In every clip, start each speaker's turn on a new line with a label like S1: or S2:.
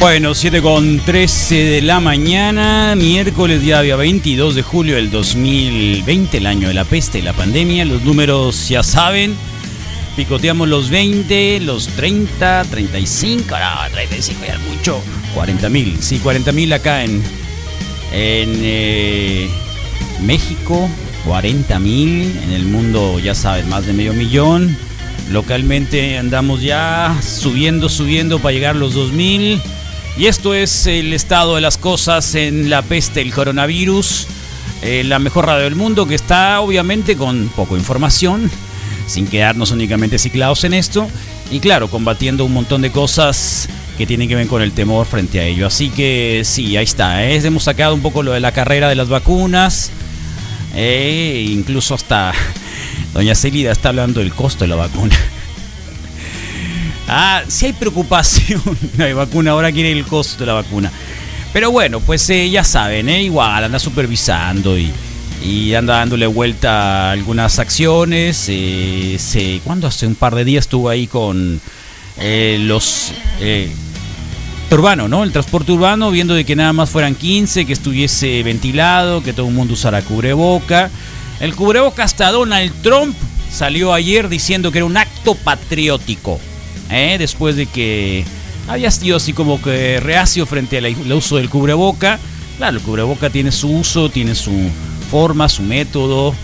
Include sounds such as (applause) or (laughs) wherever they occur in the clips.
S1: Bueno, 7 con 13 de la mañana, miércoles día 22 de julio del 2020, el año de la peste, la pandemia. Los números ya saben, picoteamos los 20, los 30, 35, no, 35 ya es mucho, 40 mil, sí, 40 mil acá en, en eh, México, 40 mil, en el mundo ya saben, más de medio millón. Localmente andamos ya subiendo, subiendo para llegar a los 2 mil. Y esto es el estado de las cosas en la peste, el coronavirus, eh, la mejor radio del mundo que está obviamente con poco información, sin quedarnos únicamente ciclados en esto y claro, combatiendo un montón de cosas que tienen que ver con el temor frente a ello. Así que sí, ahí está. ¿eh? Hemos sacado un poco lo de la carrera de las vacunas, eh, incluso hasta (laughs) doña Celida está hablando del costo de la vacuna. Ah, si hay preocupación, (laughs) no hay vacuna, ahora quiere el costo de la vacuna. Pero bueno, pues eh, ya saben, eh, igual anda supervisando y, y anda dándole vuelta a algunas acciones. Eh, se, ¿Cuándo? Hace un par de días estuvo ahí con eh, los... eh, urbano, ¿no? El transporte urbano, viendo de que nada más fueran 15, que estuviese ventilado, que todo el mundo usara cubreboca. El cubreboca hasta Donald Trump salió ayer diciendo que era un acto patriótico, ¿eh? después de que había sido así como que reacio frente al al uso del cubreboca. Claro, el cubreboca tiene su uso, tiene su forma, su método.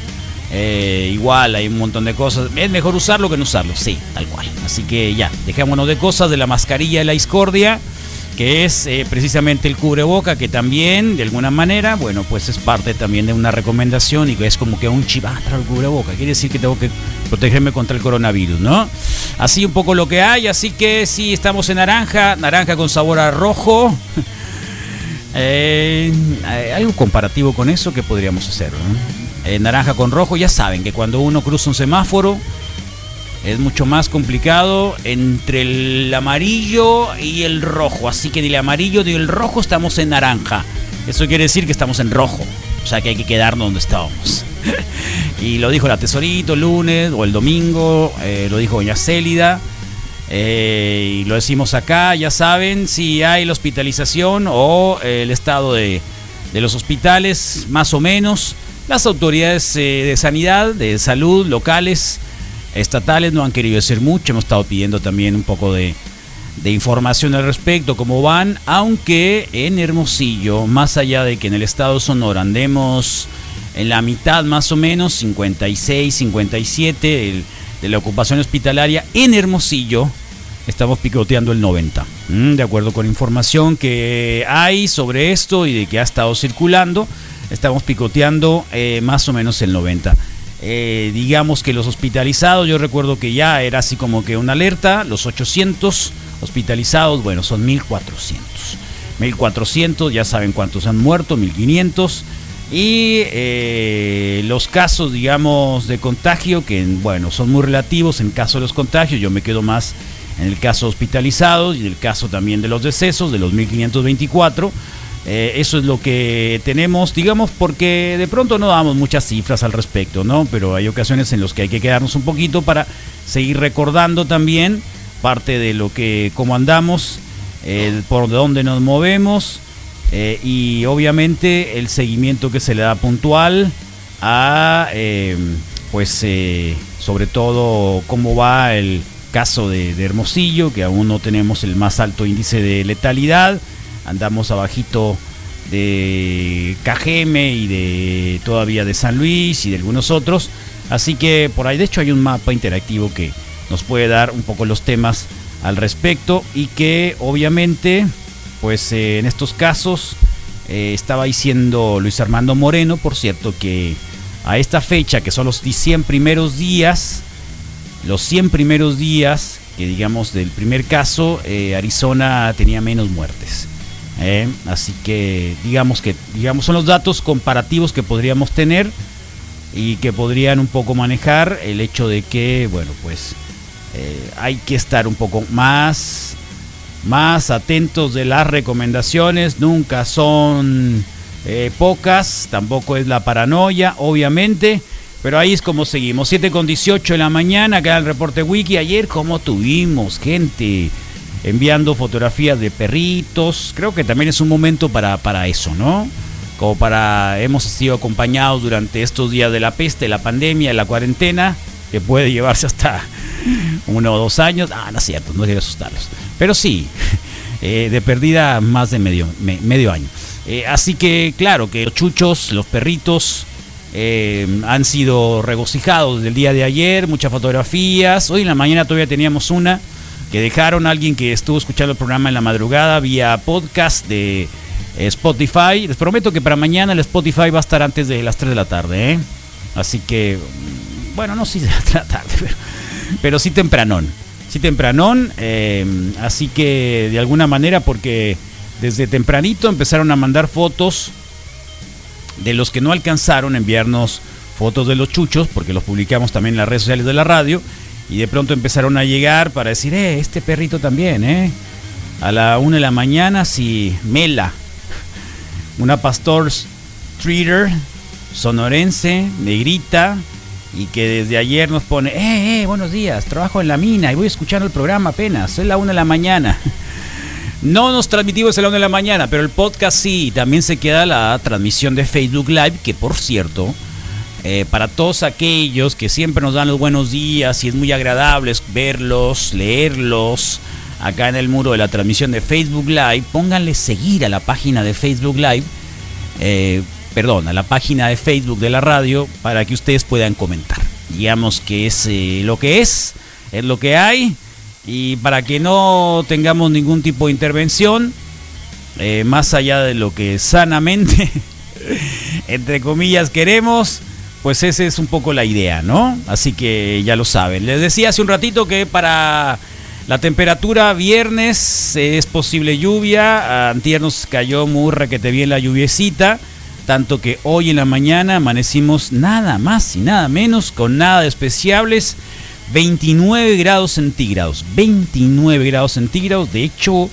S1: Eh, igual hay un montón de cosas. Es mejor usarlo que no usarlo, sí, tal cual. Así que ya, dejémonos de cosas, de la mascarilla de la discordia, que es eh, precisamente el cubreboca, que también, de alguna manera, bueno, pues es parte también de una recomendación y que es como que un chivatra el cubreboca. Quiere decir que tengo que protegerme contra el coronavirus, ¿no? Así un poco lo que hay. Así que sí, estamos en naranja, naranja con sabor a rojo. Eh, eh, hay un comparativo con eso que podríamos hacer. ¿no? Eh, naranja con rojo, ya saben que cuando uno cruza un semáforo es mucho más complicado entre el amarillo y el rojo. Así que del amarillo y el rojo estamos en naranja. Eso quiere decir que estamos en rojo. O sea que hay que quedarnos donde estábamos. (laughs) y lo dijo la tesorito el lunes o el domingo, eh, lo dijo doña Célida. Eh, y lo decimos acá, ya saben, si hay la hospitalización o eh, el estado de, de los hospitales, más o menos. Las autoridades eh, de sanidad, de salud, locales, estatales, no han querido decir mucho. Hemos estado pidiendo también un poco de, de información al respecto, cómo van, aunque en Hermosillo, más allá de que en el estado de Sonora andemos en la mitad más o menos, 56, 57 el- de la ocupación hospitalaria, en Hermosillo estamos picoteando el 90, ¿m? de acuerdo con información que hay sobre esto y de que ha estado circulando, estamos picoteando eh, más o menos el 90 eh, digamos que los hospitalizados, yo recuerdo que ya era así como que una alerta, los 800 hospitalizados, bueno, son 1400. 1400, ya saben cuántos han muerto, 1500. Y eh, los casos, digamos, de contagio, que bueno, son muy relativos en caso de los contagios, yo me quedo más en el caso hospitalizados y en el caso también de los decesos, de los 1524. Eh, eso es lo que tenemos, digamos, porque de pronto no damos muchas cifras al respecto, ¿no? Pero hay ocasiones en las que hay que quedarnos un poquito para seguir recordando también parte de lo que, cómo andamos, eh, por dónde nos movemos eh, y obviamente el seguimiento que se le da puntual a, eh, pues, eh, sobre todo cómo va el caso de, de Hermosillo, que aún no tenemos el más alto índice de letalidad, andamos abajito de KGM y de todavía de San Luis y de algunos otros. Así que por ahí, de hecho, hay un mapa interactivo que nos puede dar un poco los temas al respecto y que obviamente, pues eh, en estos casos, eh, estaba diciendo Luis Armando Moreno, por cierto, que a esta fecha, que son los 100 primeros días, los 100 primeros días, que digamos del primer caso, eh, Arizona tenía menos muertes. ¿eh? así que digamos que digamos son los datos comparativos que podríamos tener y que podrían un poco manejar el hecho de que, bueno, pues eh, hay que estar un poco más, más atentos de las recomendaciones, nunca son eh, pocas, tampoco es la paranoia, obviamente. Pero ahí es como seguimos. 7 con 18 de la mañana, acá en el reporte Wiki. Ayer, como tuvimos gente enviando fotografías de perritos. Creo que también es un momento para, para eso, ¿no? Como para. Hemos sido acompañados durante estos días de la peste, la pandemia, la cuarentena, que puede llevarse hasta uno o dos años. Ah, no es cierto, no quiero asustarlos. Pero sí, (laughs) eh, de perdida más de medio, me- medio año. Eh, así que, claro, que los chuchos, los perritos eh, han sido regocijados del día de ayer, muchas fotografías. Hoy en la mañana todavía teníamos una que dejaron a alguien que estuvo escuchando el programa en la madrugada vía podcast de eh, Spotify. Les prometo que para mañana el Spotify va a estar antes de las 3 de la tarde. ¿eh? Así que, mm, bueno, no sé si (laughs) de la tarde, pero, pero sí tempranón. Sí tempranón. eh, así que de alguna manera, porque desde tempranito empezaron a mandar fotos de los que no alcanzaron a enviarnos fotos de los chuchos, porque los publicamos también en las redes sociales de la radio, y de pronto empezaron a llegar para decir, eh, este perrito también, eh. A la una de la mañana, si Mela, una pastor treater, sonorense, negrita, y que desde ayer nos pone, eh, eh, buenos días, trabajo en la mina y voy escuchando el programa apenas, es la una de la mañana. (laughs) No nos transmitimos a la 1 de la mañana, pero el podcast sí. También se queda la transmisión de Facebook Live, que por cierto, eh, para todos aquellos que siempre nos dan los buenos días y es muy agradable verlos, leerlos, acá en el muro de la transmisión de Facebook Live, pónganle seguir a la página de Facebook Live, eh, perdón, a la página de Facebook de la radio, para que ustedes puedan comentar. Digamos que es eh, lo que es, es lo que hay, y para que no tengamos ningún tipo de intervención, eh, más allá de lo que sanamente, (laughs) entre comillas, queremos, pues esa es un poco la idea, ¿no? Así que ya lo saben. Les decía hace un ratito que para la temperatura viernes eh, es posible lluvia, antier nos cayó muy requete bien la lluviecita, tanto que hoy en la mañana amanecimos nada más y nada menos, con nada de especiables, 29 grados centígrados, 29 grados centígrados, de hecho...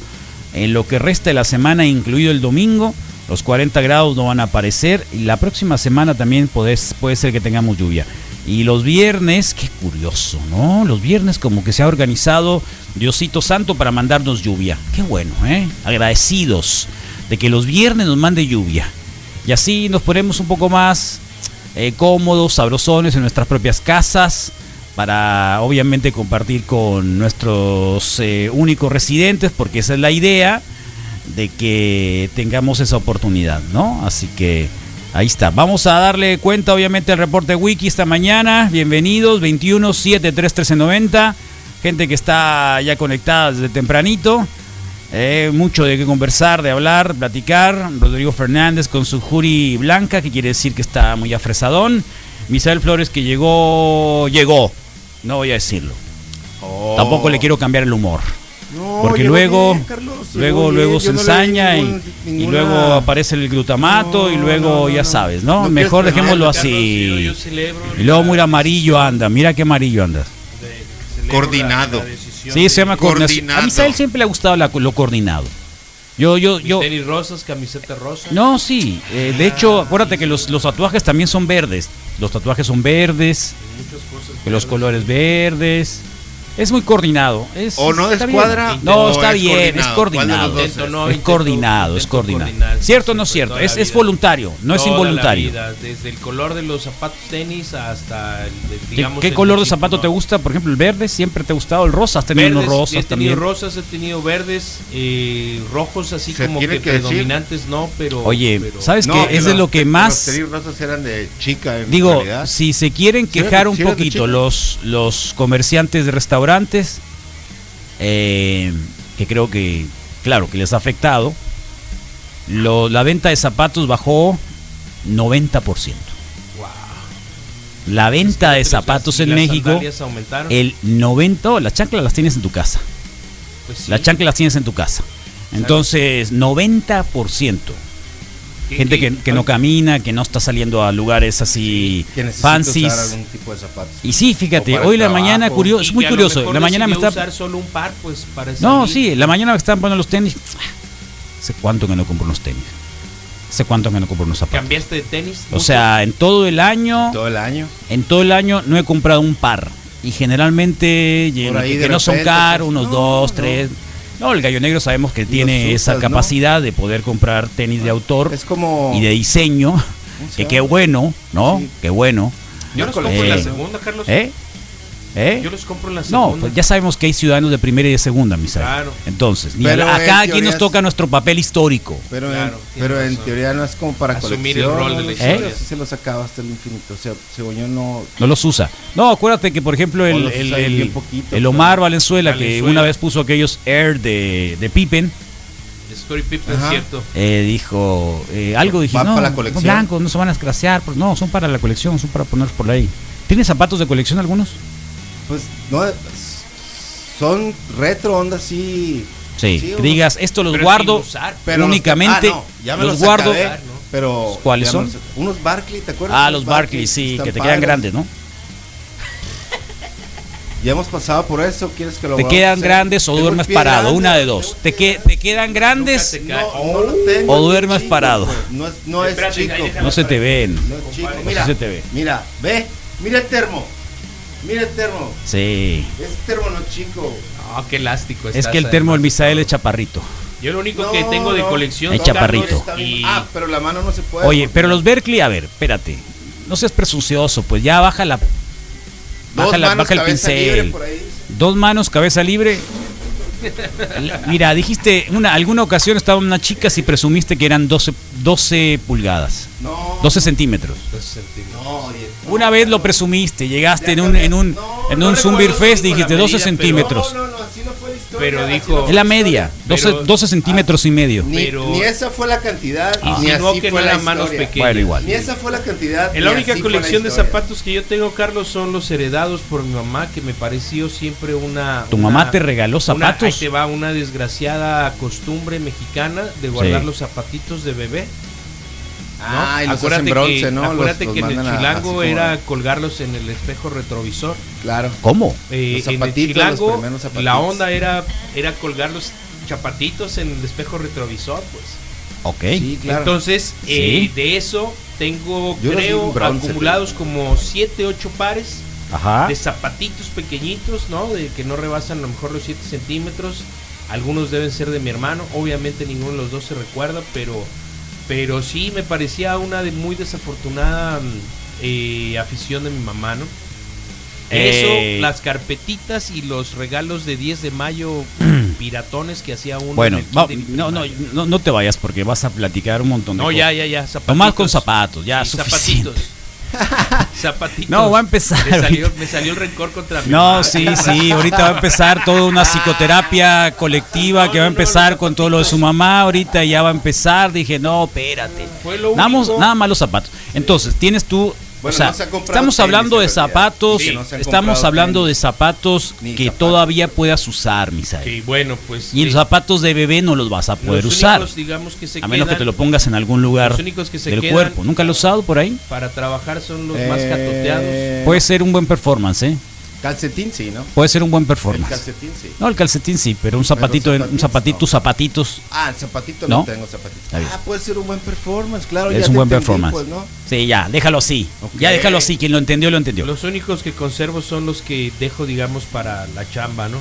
S1: En lo que resta de la semana, incluido el domingo, los 40 grados no van a aparecer. Y la próxima semana también podés- puede ser que tengamos lluvia. Y los viernes, qué curioso, ¿no? Los viernes como que se ha organizado Diosito Santo para mandarnos lluvia. Qué bueno, ¿eh? Agradecidos de que los viernes nos mande lluvia. Y así nos ponemos un poco más eh, cómodos, sabrosones en nuestras propias casas para obviamente compartir con nuestros eh, únicos residentes, porque esa es la idea de que tengamos esa oportunidad, ¿no? Así que ahí está. Vamos a darle cuenta obviamente al reporte wiki esta mañana. Bienvenidos, 21 7 3 13 90. Gente que está ya conectada desde tempranito. Eh, mucho de qué conversar, de hablar, platicar. Rodrigo Fernández con su jury blanca, que quiere decir que está muy afresadón. Misael Flores que llegó, llegó. No voy a decirlo. Tampoco le quiero cambiar el humor.
S2: Oh. No,
S1: Porque
S2: llegó
S1: luego,
S2: bien, Carlos,
S1: luego,
S2: llegó
S1: luego
S2: bien.
S1: se
S2: Yo no le vi
S1: ensaña y-
S2: ningún-
S1: y,
S2: ninguna-
S1: luego aparece el glutamato
S2: No,
S1: y luego
S2: no, no,
S1: ya
S2: no.
S1: sabes, ¿no?
S2: No
S1: Mejor
S2: quieres
S1: dejémoslo
S2: pelear,
S1: así. y luego muy amarillo anda, mira qué amarillo anda.
S3: coordinado.
S1: Sí, se llama coordinación. A
S3: Coordinado.
S1: Misael siempre le ha gustado la- lo coordinado. Yo, yo, yo.
S4: Tenis rosas, camiseta rosa.
S1: No, sí. eh, de hecho, acuérdate que los, los tatuajes también son verdes. Los tatuajes son verdes. que Los colores verdes. Es muy coordinado. Es,
S3: ¿O no
S1: está
S3: es
S1: bien.
S3: cuadra
S1: No,
S3: o
S1: está
S3: es
S1: bien, es
S3: coordinado?
S1: coordinado.
S3: ¿Cuál de los
S1: Es
S3: dos es?
S4: no, intento-
S1: coordinado, es
S4: intento
S1: coordinado.
S4: coordinar,
S1: ¿Cierto o no es
S4: siempre,
S1: cierto?
S4: toda
S1: Es,
S4: la
S1: es
S4: vida.
S1: voluntario, no es
S4: Toda la
S1: involuntario.
S4: vida, desde el color de los zapatos tenis hasta el, de-
S1: ¿Qué,
S4: digamos,
S1: qué
S4: el
S1: color de
S4: equipo,
S1: zapato
S4: ¿no?
S1: te gusta? Por ejemplo, el verde siempre te ha gustado, el rosa, has tenido
S4: Verdes,
S1: unos
S4: he
S1: rosas
S4: tenido
S1: también.
S4: rosas, he tenido verdes, eh, rojos así
S3: Se
S4: como
S3: tiene
S4: que,
S3: que decir.
S4: predominantes, no, pero...
S1: Oye,
S4: pero-
S1: ¿sabes
S3: No,
S1: qué? Es de
S3: los-
S1: lo que
S3: Los
S1: más...
S3: tenis rosas eran de chica. En
S1: Digo,
S3: realidad.
S1: si se quieren
S3: Sí,
S1: quejar un
S3: sí, eres de
S1: poquito
S3: chico.
S1: los, los comerciantes de restaurantes, eh, que creo que, claro, que les ha afectado, lo- la venta de zapatos bajó 90%.
S4: Wow.
S1: La venta de
S4: Pero, o sea,
S1: zapatos
S4: si
S1: en
S4: las
S1: México,
S4: sandalias aumentaron,
S1: el 90%, oh, las chanclas las tienes en tu casa.
S4: pues sí.
S1: Las chanclas las tienes en tu casa. Entonces, 90%.
S4: ¿Qué-
S1: Gente
S4: qué-
S1: que, que no camina, que no está saliendo a lugares así
S3: Que necesito
S1: fancies.
S3: usar algún tipo de zapatos.
S1: Y sí, fíjate,
S3: O para el
S1: hoy la
S3: trabajo.
S1: mañana
S4: Y
S1: curioso, es
S4: que
S1: muy
S4: a lo
S1: curioso.
S4: mejor
S1: La mañana me
S4: decidió
S1: está
S4: usar solo un par, pues, para
S1: No,
S4: salir.
S1: sí, la mañana me están poniendo los tenis. Hace cuánto que no compro unos tenis. Hace cuánto que no compro unos zapatos.
S4: ¿Cambiaste de tenis?
S1: O sea, en todo el año,
S3: Todo el año.
S1: en todo el año no he comprado un par. Y generalmente
S3: Por ahí
S1: que,
S3: de
S1: no son
S3: repente,
S1: caros,
S3: pues,
S1: unos
S3: no,
S1: dos,
S3: no.
S1: tres. No, el gallo negro sabemos que tiene
S3: usas,
S1: esa
S3: ¿no? Ah,
S1: capacidad de poder comprar tenis de autor
S3: Es como.
S1: y de diseño. Que
S3: llama?
S1: qué bueno, ¿no?
S3: Sí. Pues
S1: Qué bueno.
S4: Yo los compro en
S1: Eh,
S4: la segunda, Carlos.
S1: ¿Eh? ¿Eh?
S4: Yo los compro en la segunda.
S1: No, pues ya sabemos que hay ciudadanos de primera y de segunda, mis
S4: Claro.
S1: Entonces, ni
S3: Pero
S1: a, a
S3: en
S1: cada
S3: teoría
S1: quien nos
S3: es-
S1: toca nuestro papel histórico.
S3: Pero,
S4: Claro,
S3: en,
S4: tiene
S3: pero en
S4: razón.
S3: teoría no es como para
S4: Asumir el
S3: colección,
S4: rol de
S3: ¿no?
S4: la
S3: Eso
S4: historia.
S3: sí se los acaba hasta el infinito. O sea, según yo no.
S1: No los usa. No, acuérdate que, por ejemplo, el,
S3: No los
S1: el-
S3: usa ahí
S1: el-
S3: bien poquito,
S1: el Omar
S3: claro.
S1: Valenzuela, que
S4: Valenzuela.
S1: una vez puso aquellos air de, de Pippen,
S4: Story Pippen,
S3: Ajá.
S4: cierto.
S1: eh, dijo eh, algo, dije,
S3: Va
S1: no,
S3: para la
S1: son
S3: colección".
S1: blancos, no se van a escrasear. Pues, no, son para la colección, son para poner por ahí. ¿Tienes zapatos de colección algunos?
S3: Pues no. es- Son retro, onda así.
S1: Sí.
S3: Sí,
S1: que digas, esto los
S4: Pero
S1: guardo
S4: sin usar,
S3: Pero
S1: únicamente,
S3: ah, no, ya me
S1: los,
S3: los
S1: guardo.
S3: acabé, pero
S1: ¿Cuáles
S3: ya me
S1: son?
S3: los- unos Barclay, ¿te acuerdas?
S1: Ah,
S3: de
S1: los Barclays, sí,
S3: Están
S1: que te quedan
S3: padres.
S1: grandes, ¿no?
S3: Ya hemos pasado por eso, ¿quieres que lo
S1: Te
S3: volvamos a
S1: quedan
S3: hacer?
S1: grandes o
S3: Tengo el
S1: duermes
S3: pie
S1: parado,
S3: grande,
S1: una de
S3: tengo el
S1: dos.
S3: pie
S1: Te, que-
S3: grande.
S1: te quedan grandes,
S4: Nunca
S3: No, no lo tengo,
S1: O
S3: es
S1: duermes
S3: chico,
S1: parado.
S3: pues, No es, no es
S4: Espérate,
S3: chico. pues.
S4: ahí déjame-
S1: no se te ven.
S3: No es chico.
S4: Compadre.
S3: Mira,
S1: Sí se te ve.
S3: mira, ve, mira el termo. Mira el termo.
S1: Sí.
S3: Ese termo no es chico.
S4: Ah, qué elástico
S1: Es que el termo del Misael es chaparrito.
S4: Yo lo único
S3: No,
S4: que tengo de
S3: no.
S4: colección
S1: Hay
S4: son
S1: chaparrito.
S4: Carlos y-
S3: Ah, pero la mano no se puede.
S1: Oye, pero los
S3: porque
S1: Berkeley, a ver, espérate. No seas presuncioso, pues ya baja la.
S3: dos
S1: Baja, la-
S3: manos,
S1: baja el
S3: cabeza libre,
S1: pincel.
S3: por ahí dice.
S1: Dos manos, cabeza libre. La- Mira, dijiste, una, alguna ocasión estaban unas chicas y presumiste que eran 12, 12 pulgadas,
S3: No.
S1: 12 centímetros.
S4: Dos centímetros.
S3: No, oye, no,
S1: Una vez lo
S3: no.
S1: presumiste, llegaste
S3: Ya
S1: en un,
S3: acabé.
S1: en un,
S3: No,
S1: en
S3: no
S1: un
S3: recuerdo
S1: Zumbir
S4: si
S1: Fest,
S4: dijo la
S1: dijiste 12
S4: medida, pero-
S1: centímetros.
S3: No, no, no, así no fue la historia.
S4: Pero
S3: así
S4: dijo-
S3: no
S1: Es la media, 12,
S4: Pero- ah,
S1: 12 centímetros y medio.
S3: Ni,
S4: Pero- Ah.
S3: ni esa fue la cantidad, pues, ni
S4: Insinuó
S3: así
S4: que
S3: fue
S4: no
S3: la
S4: eran manos
S3: historia.
S4: pequeñas.
S1: Bueno, igual.
S3: Ni esa fue la cantidad.
S4: La
S3: ni
S4: única
S3: así fue la
S4: colección de
S3: historia.
S4: zapatos que yo tengo, Carlos, son los heredados por mi mamá, que me pareció siempre una...
S1: ¿Tu
S4: una-
S1: mamá te regaló
S4: una-
S1: zapatos?
S4: ahí te va una desgraciada costumbre mexicana de guardar
S1: Sí.
S4: los zapatitos de bebé. ¿no?
S3: Ah, y los hacen
S4: acuérdate
S3: bronce,
S4: que,
S3: ¿no? Los-
S4: acuérdate
S3: los
S4: que en el
S3: mandan a- así
S4: chilango
S3: como-
S4: era colgarlos en el espejo retrovisor.
S3: Claro.
S1: ¿Cómo?
S4: Eh,
S3: Los
S4: en el
S3: zapatitos, los
S4: chilango,
S3: primeros zapatitos.
S4: la onda era, era colgar los chapatitos en el espejo retrovisor, pues.
S1: Ok.
S3: Sí, claro.
S4: Entonces, eh,
S1: Sí.
S4: de eso tengo,
S3: Yo los vi
S4: creo,
S3: en bronce,
S4: acumulados como 7, 8 pares
S1: Ajá.
S4: de zapatitos pequeñitos, ¿no? De que no rebasan a lo mejor los 7 centímetros. Algunos deben ser de mi hermano. Obviamente ninguno de los dos se recuerda, pero, pero sí me parecía una de muy desafortunada mm, eh, afición de mi mamá, ¿no? En
S1: Eh.
S4: Eso, las carpetitas y los regalos de 10
S1: (clears throat)
S4: de mayo piratones que hacía uno.
S1: Bueno,
S4: en el
S1: va-
S4: kinder y
S1: no, no,
S4: primaria.
S1: no, no te vayas porque vas a platicar un montón de
S4: No,
S1: cosas.
S4: ya, ya, ya. Zapatitos.
S1: Nomás con zapatos, ya,
S4: Sí,
S1: suficiente.
S4: Zapatitos. zapatitos.
S1: No, va a empezar
S4: Me salió,
S1: ahorita.
S4: me salió el rencor contra mi
S1: No,
S4: mamá.
S1: sí, sí, ahorita va a empezar toda
S4: Ah.
S1: una psicoterapia colectiva que va a empezar con todo lo de su mamá, ahorita ya va a empezar, dije, no, espérate.
S4: Fue lo
S1: Nada más,
S4: único.
S1: nada más los zapatos. Entonces, tienes tú,
S3: Bueno,
S1: o sea,
S3: no se ha comprado
S1: estamos
S3: tenis,
S1: hablando de
S3: en realidad.
S1: zapatos,
S3: Sí, no se han
S1: estamos
S3: comprado
S1: hablando de
S3: tenis.
S1: zapatos
S3: Ni
S1: que
S3: zapatos.
S1: todavía puedas usar, Misael.
S4: Sí, bueno, pues.
S1: Y los
S4: sí,
S1: zapatos de bebé no los vas a poder
S4: los
S1: usar.
S4: únicos, digamos, que se
S1: A menos que
S4: quedan
S1: te lo pongas en algún lugar
S4: los únicos que se
S1: del
S4: quedan-
S1: cuerpo. ¿Nunca lo has usado por ahí?
S4: Para trabajar son los más
S3: Eh,
S4: catoteados.
S1: Pues, Puede ser un buen performance, ¿eh?
S3: Calcetín sí, ¿no?
S1: Puede ser un buen
S3: El
S1: performance.
S3: calcetín sí.
S1: No, el calcetín sí, pero un zapatito, en- un
S3: zapatitos,
S1: zapatito,
S3: no.
S1: zapatitos.
S3: Ah, el zapatito no,
S1: ¿No?
S3: tengo zapatito.
S1: Está bien.
S3: Ah, puede ser un buen performance, claro. ya
S1: Es
S3: te
S1: un buen
S3: entendí,
S1: performance.
S3: pues, ¿no?
S1: Sí, ya, déjalo así.
S3: Ok.
S1: Ya déjalo así, quien lo entendió, lo entendió.
S4: Los únicos que conservo son los que dejo, digamos, para la chamba, ¿no?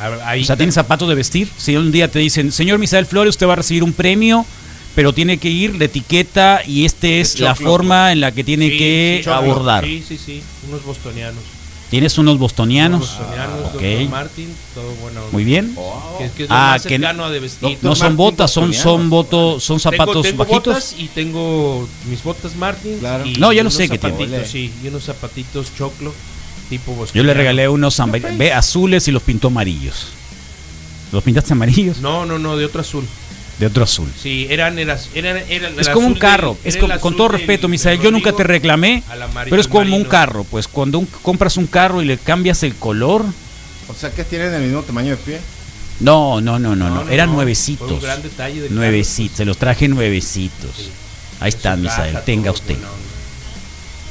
S4: A- Ahí
S1: O sea, tiene zapatos de vestir. Si un día te dicen, señor Misael Flores, usted va a recibir un premio, pero tiene que ir la etiqueta y esta es la
S3: choclo.
S1: forma en la que tiene
S4: Este Sí,
S1: que
S4: sí, choclo.
S1: abordar.
S4: Sí, sí, sí. Unos bostonianos.
S1: Tienes unos bostonianos.
S4: Unos bostonianos,
S1: Ah, ok.
S4: Dr. Martin, todo bueno.
S1: Muy bien.
S4: Que, que es lo
S1: Ah,
S4: más
S1: que
S4: cercano a de vestir.
S1: No son
S3: Martin
S1: botas, son, son,
S3: bostonianos.
S1: boto, son zapatos
S4: tengo, tengo
S1: bajitos.
S4: botas y tengo mis botas Martin.
S3: Claro.
S4: y
S1: No, ya lo
S4: unos
S1: sé que tiene.
S4: zapatitos, Sí, y unos zapatitos choclo tipo
S1: Yo
S4: bostoniano.
S1: le regalé unos amba- ve, azules y los pintó amarillos. ¿Los pintaste amarillos?
S4: No, no, no, de otro azul.
S1: De otro azul.
S4: Sí, eran, eran, eran, era el
S1: Es como un
S4: azul
S1: carro,
S4: del-
S1: es
S4: era el
S1: como- con
S4: azul
S1: todo
S4: del-
S1: respeto,
S4: del
S1: Misael, yo nunca te
S4: Rodrigo
S1: reclamé,
S4: al amarillo
S1: pero es como un
S4: marino.
S1: carro, pues cuando un- compras un carro y le cambias el color,
S3: O sea, que tienen el mismo tamaño de pie.
S1: No, no, no, no, no. Eran
S4: Fue
S1: nuevecitos.
S4: un gran detalle de
S1: Nuevecitos. Se los traje nuevecitos.
S4: Sí.
S1: Ahí están, Misael. Tenga usted.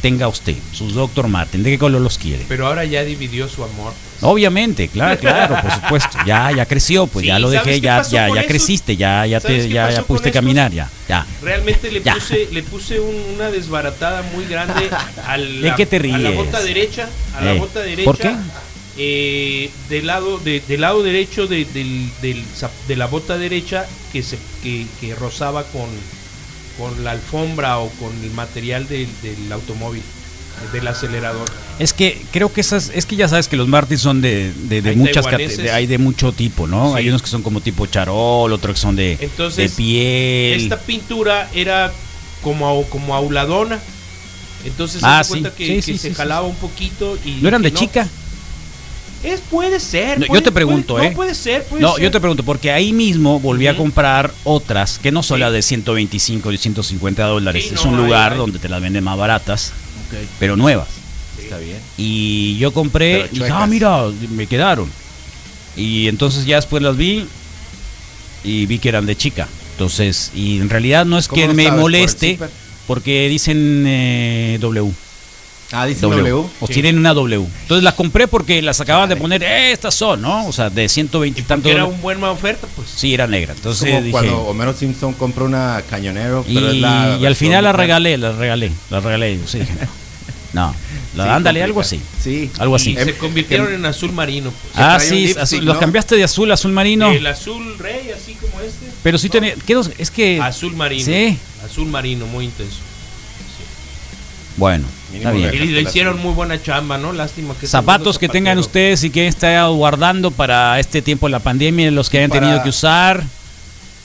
S1: Tenga usted. Sus Doctor Martin. ¿De qué color los quiere?
S4: Pero ahora ya dividió su amor.
S1: Obviamente, claro, claro, por supuesto. Ya, ya creció, pues
S4: Sí,
S1: ya lo
S4: ¿sabes
S1: dejé,
S4: qué
S1: ya,
S4: pasó
S1: ya,
S4: con
S1: ya
S4: esos?
S1: creciste, ya, ya
S4: ¿Sabes
S1: te,
S4: qué
S1: ya,
S4: pasó
S1: ya
S4: con
S1: pudiste
S4: estos?
S1: caminar, ya, ya.
S4: Realmente le
S1: Ya.
S4: puse, le puse un- una desbaratada
S1: (laughs)
S4: muy grande a la,
S1: ¿De qué te
S4: a la
S1: ríes?
S4: bota derecha. A la
S1: Eh,
S4: bota derecha.
S1: ¿por qué?
S4: eh, del lado de- del lado derecho de, del- del zap- de la bota derecha que se que, que rozaba con con la alfombra o con el material del, del automóvil del acelerador
S1: Es que creo que esas, es que ya sabes que los Martins son de, de, de
S4: Hay
S1: muchas
S4: taiwaneses.
S1: cate- de- hay de mucho tipo, ¿no?
S4: Sí.
S1: Hay unos que son como tipo charol, otros que son de,
S4: Entonces,
S1: de piel.
S4: Esta pintura era como, au- como auladona. Entonces
S1: Ah,
S4: haz de cuenta
S1: sí.
S4: que,
S1: Sí,
S4: que
S1: sí,
S4: se
S1: sí, sí,
S4: jalaba un poquito y.
S1: ¿No eran
S4: que
S1: de chica?
S4: Es, puede ser.
S1: No,
S4: puede-
S1: yo te pregunto,
S4: puede-
S1: ¿eh?
S4: No puede ser, puede
S1: no,
S4: ser.
S1: yo te pregunto, porque ahí mismo volví a
S4: Ujú.
S1: comprar otras que no son
S4: Sí.
S1: las de 125 y 150 dólares.
S4: Sí,
S1: es
S4: no,
S1: un
S4: hay-
S1: lugar
S4: hay.
S1: donde te las venden más baratas,
S3: Ok,
S1: pero nuevas.
S3: está bien.
S1: Y yo compré,
S3: Pero
S1: y dije,
S3: chuecas.
S1: ah, mira, me quedaron. Y entonces ya después las vi y vi que eran de chica. Entonces, y en realidad no es
S3: ¿Cómo
S1: que
S3: lo
S1: me
S3: sabes? ¿Por el
S1: moleste,
S3: zipper?
S1: porque dicen eh, W.
S3: Ah, dice
S1: W.
S3: W.
S1: O
S4: Sí.
S1: tienen una W. Entonces las compré porque las acaban de poner, "Eh, estas son, ¿no? O sea, de 120 y tanto.
S4: Porque era
S1: dólares.
S4: una buena oferta, pues.
S1: Sí, era negra.
S3: Es
S1: Entonces
S3: como
S1: dije,
S3: cuando Homero Simpson compra una cañonero,
S1: y,
S3: pero es la
S1: y al final la
S3: regalé
S1: regalé, la regalé, la regalé.
S3: (laughs)
S1: Sí, dije, no, no, la-
S3: Sí,
S1: ándale,
S3: complicado.
S1: algo así.
S3: Sí.
S1: Algo así.
S4: Y
S3: Em-
S4: se convirtieron
S3: em-
S4: en azul marino, pues.
S1: Ah,
S3: trae un
S1: sí,
S3: lipstick,
S1: azul- los
S3: ¿no?
S1: cambiaste de azul a azul marino.
S4: El azul rey, así como este.
S1: Pero sí
S4: ¿no?
S1: tenía, ¿qué dos? Ah, es que...
S4: Azul marino.
S1: Sí.
S4: Azul marino, muy intenso.
S1: Bueno,
S3: Mínimo
S1: está bien.
S3: regalo.
S4: Y le
S3: el
S4: hicieron
S3: azul.
S4: muy buena chamba, ¿no? Lástima que.
S1: Zapatos que tengan
S4: ustedes
S1: ustedes y que estén guardando para este tiempo de la pandemia, los que hayan
S3: Para-
S1: tenido que usar.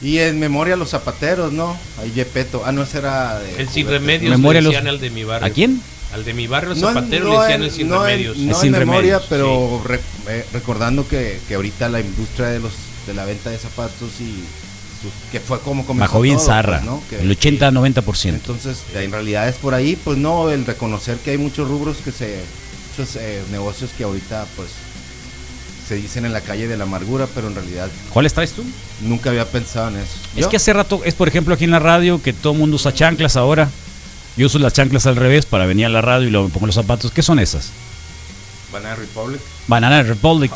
S3: Y en memoria a los zapateros, ¿no? Ahí Yepeto. Ah, no, ese era de.
S4: El sin
S3: juguete.
S4: remedios
S1: Memoria
S4: le
S1: los-
S4: decían al de mi barrio.
S1: ¿A quién?
S4: Al de mi barrio
S3: No, en-
S4: zapatero
S3: no
S4: le decían
S3: en-
S4: el sin
S3: no en-
S4: remedios.
S3: no
S1: El
S3: en
S1: sin
S3: memoria,
S1: remedios,
S3: pero re- eh, recordando que, que ahorita la industria de los de la venta de zapatos y su- que fue como comenzó
S1: Bajó bien
S3: todo,
S1: Zarra,
S3: pues, ¿no? Que-
S1: el 80-90%.
S3: Entonces, en realidad es por ahí, pues no, el reconocer que hay muchos rubros que se, muchos eh, negocios que ahorita, pues, se dicen en la calle de la amargura, pero en realidad
S1: ¿Cuáles traes tú?
S3: nunca había pensado en eso.
S1: Es
S3: ¿Yo?
S1: que hace rato, es por ejemplo aquí en la radio que todo el mundo usa chanclas ahora. Yo uso las chanclas al revés para venir a la radio y luego me pongo los zapatos. ¿Qué son esas?
S3: Banana Republic.
S1: Banana Republic.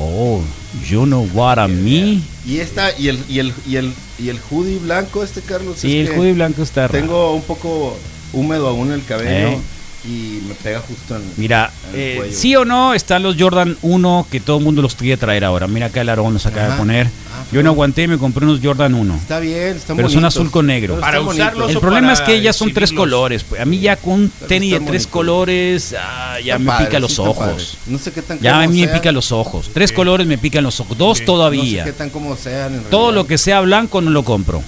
S1: Oh, you know what I mean.
S3: Y esta, y el, y el, y el, y el hoodie blanco este, Carlos.
S1: Sí,
S3: es
S1: el
S3: que
S1: hoodie blanco está raro.
S3: Tengo un poco húmedo aún el cabello
S1: Eh.
S3: y me pega justo en
S1: Mira,
S3: en el
S1: eh,
S3: cuello.
S1: sí o no, están los Jordan 1 que todo el mundo los quiere traer ahora. Mira acá el Aarón los acaba de
S3: Ajá.
S1: poner.
S3: Ah,
S1: Yo no aguanté y me compré unos Jordan 1.
S3: Está bien, está
S1: Pero son azul con negro.
S4: Para usarlos
S1: El
S4: o
S1: problema es
S4: para
S1: que ya son tres
S4: exhibirlos.
S1: colores. pues. A mí ya con un
S3: Pero
S1: tenis de
S3: está
S1: tres
S3: bonito.
S1: colores ah, ya
S3: Está
S1: me
S3: padre,
S1: pica los
S3: sí está padre.
S1: ojos.
S3: No sé qué tan
S1: Ya a
S3: cómodo
S1: mí me
S3: sea.
S1: pican los ojos. Tres colores me pican los ojos. Dos
S4: Ok.
S1: todavía.
S3: No sé qué tan como sean. en
S1: Todo
S3: realidad.
S1: lo que sea blanco no lo compro.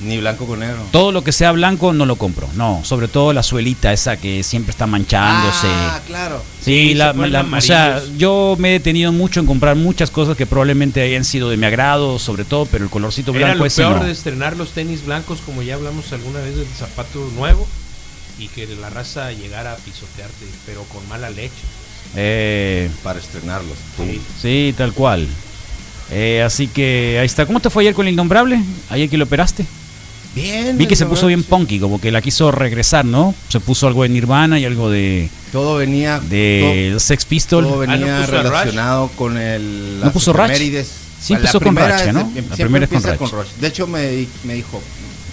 S3: Ni blanco con negro.
S1: Todo lo que sea blanco no lo compro. No, sobre todo la suelita esa que siempre está manchándose.
S3: Ah, claro.
S1: Sí,
S4: Sí,
S1: la,
S4: se ponen
S1: la- o sea,
S4: amarillos.
S1: yo me he detenido mucho en comprar muchas cosas que probablemente hayan sido de mi agrado, sobre todo, pero el colorcito
S4: Era
S1: blanco
S4: lo
S1: ese
S4: peor
S1: no.
S4: de estrenar los tenis blancos, como ya hablamos alguna vez del zapato nuevo. Y que la raza llegara a pisotearte, pero con mala leche.
S1: Eh,
S3: Para estrenarlos.
S4: Sí.
S1: sí, tal cual. Eh, así que ahí está. ¿Cómo te fue ayer con el innombrable? Ayer que lo operaste.
S3: Bien.
S1: Vi que se
S3: ¿no?
S1: puso bien
S3: Sí.
S1: punky, como que la quiso regresar, ¿no? Se puso algo de Nirvana y algo de
S3: Todo venía.
S1: de los Sex
S3: todo,
S1: Pistols.
S3: todo
S4: Ah, ¿no
S3: venía
S4: puso a Rush?
S3: relacionado con el.
S1: ¿No
S3: las
S1: puso Rush?
S3: efemérides.
S1: Sí,
S3: La
S1: empezó con
S3: primera
S1: Rush,
S3: es-
S1: ¿no?
S3: em-
S1: La
S3: siempre
S1: primera es con
S3: empieza
S1: Ruch.
S3: De hecho, me, di- me dijo,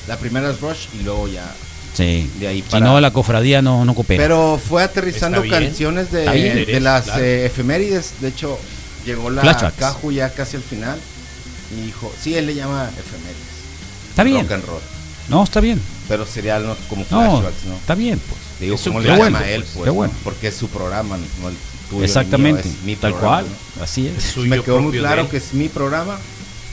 S3: la primera es Rush y luego ya.
S1: Sí.
S3: de ahí
S1: Si
S3: para-
S1: no, la cofradía no, no coopera.
S3: Pero fue aterrizando
S4: Está bien.
S3: canciones de,
S4: Está bien.
S3: de las
S4: Claro.
S3: eh, efemérides. De hecho, llegó la
S1: Flashbacks.
S3: Caju ya casi al final y dijo, sí, él le llama efemérides.
S1: está bien.
S3: Rock and roll.
S1: No, está bien.
S3: Pero sería no, como
S1: No,
S3: flashbacks, ¿no?
S1: está bien, pues.
S3: Digo,
S4: Es un
S3: ¿cómo le
S4: clásico,
S3: llama
S4: pues,
S3: él?
S4: qué
S3: Pues,
S1: bueno.
S3: ¿no? Porque es su programa, no el tuyo. ni
S1: Exactamente.
S3: mío, es mi
S1: Tal
S3: programa,
S1: cual.
S3: ¿no?
S1: Así es.
S4: Suyo
S3: me quedó muy
S4: propio
S3: claro
S4: de él.
S3: que es mi programa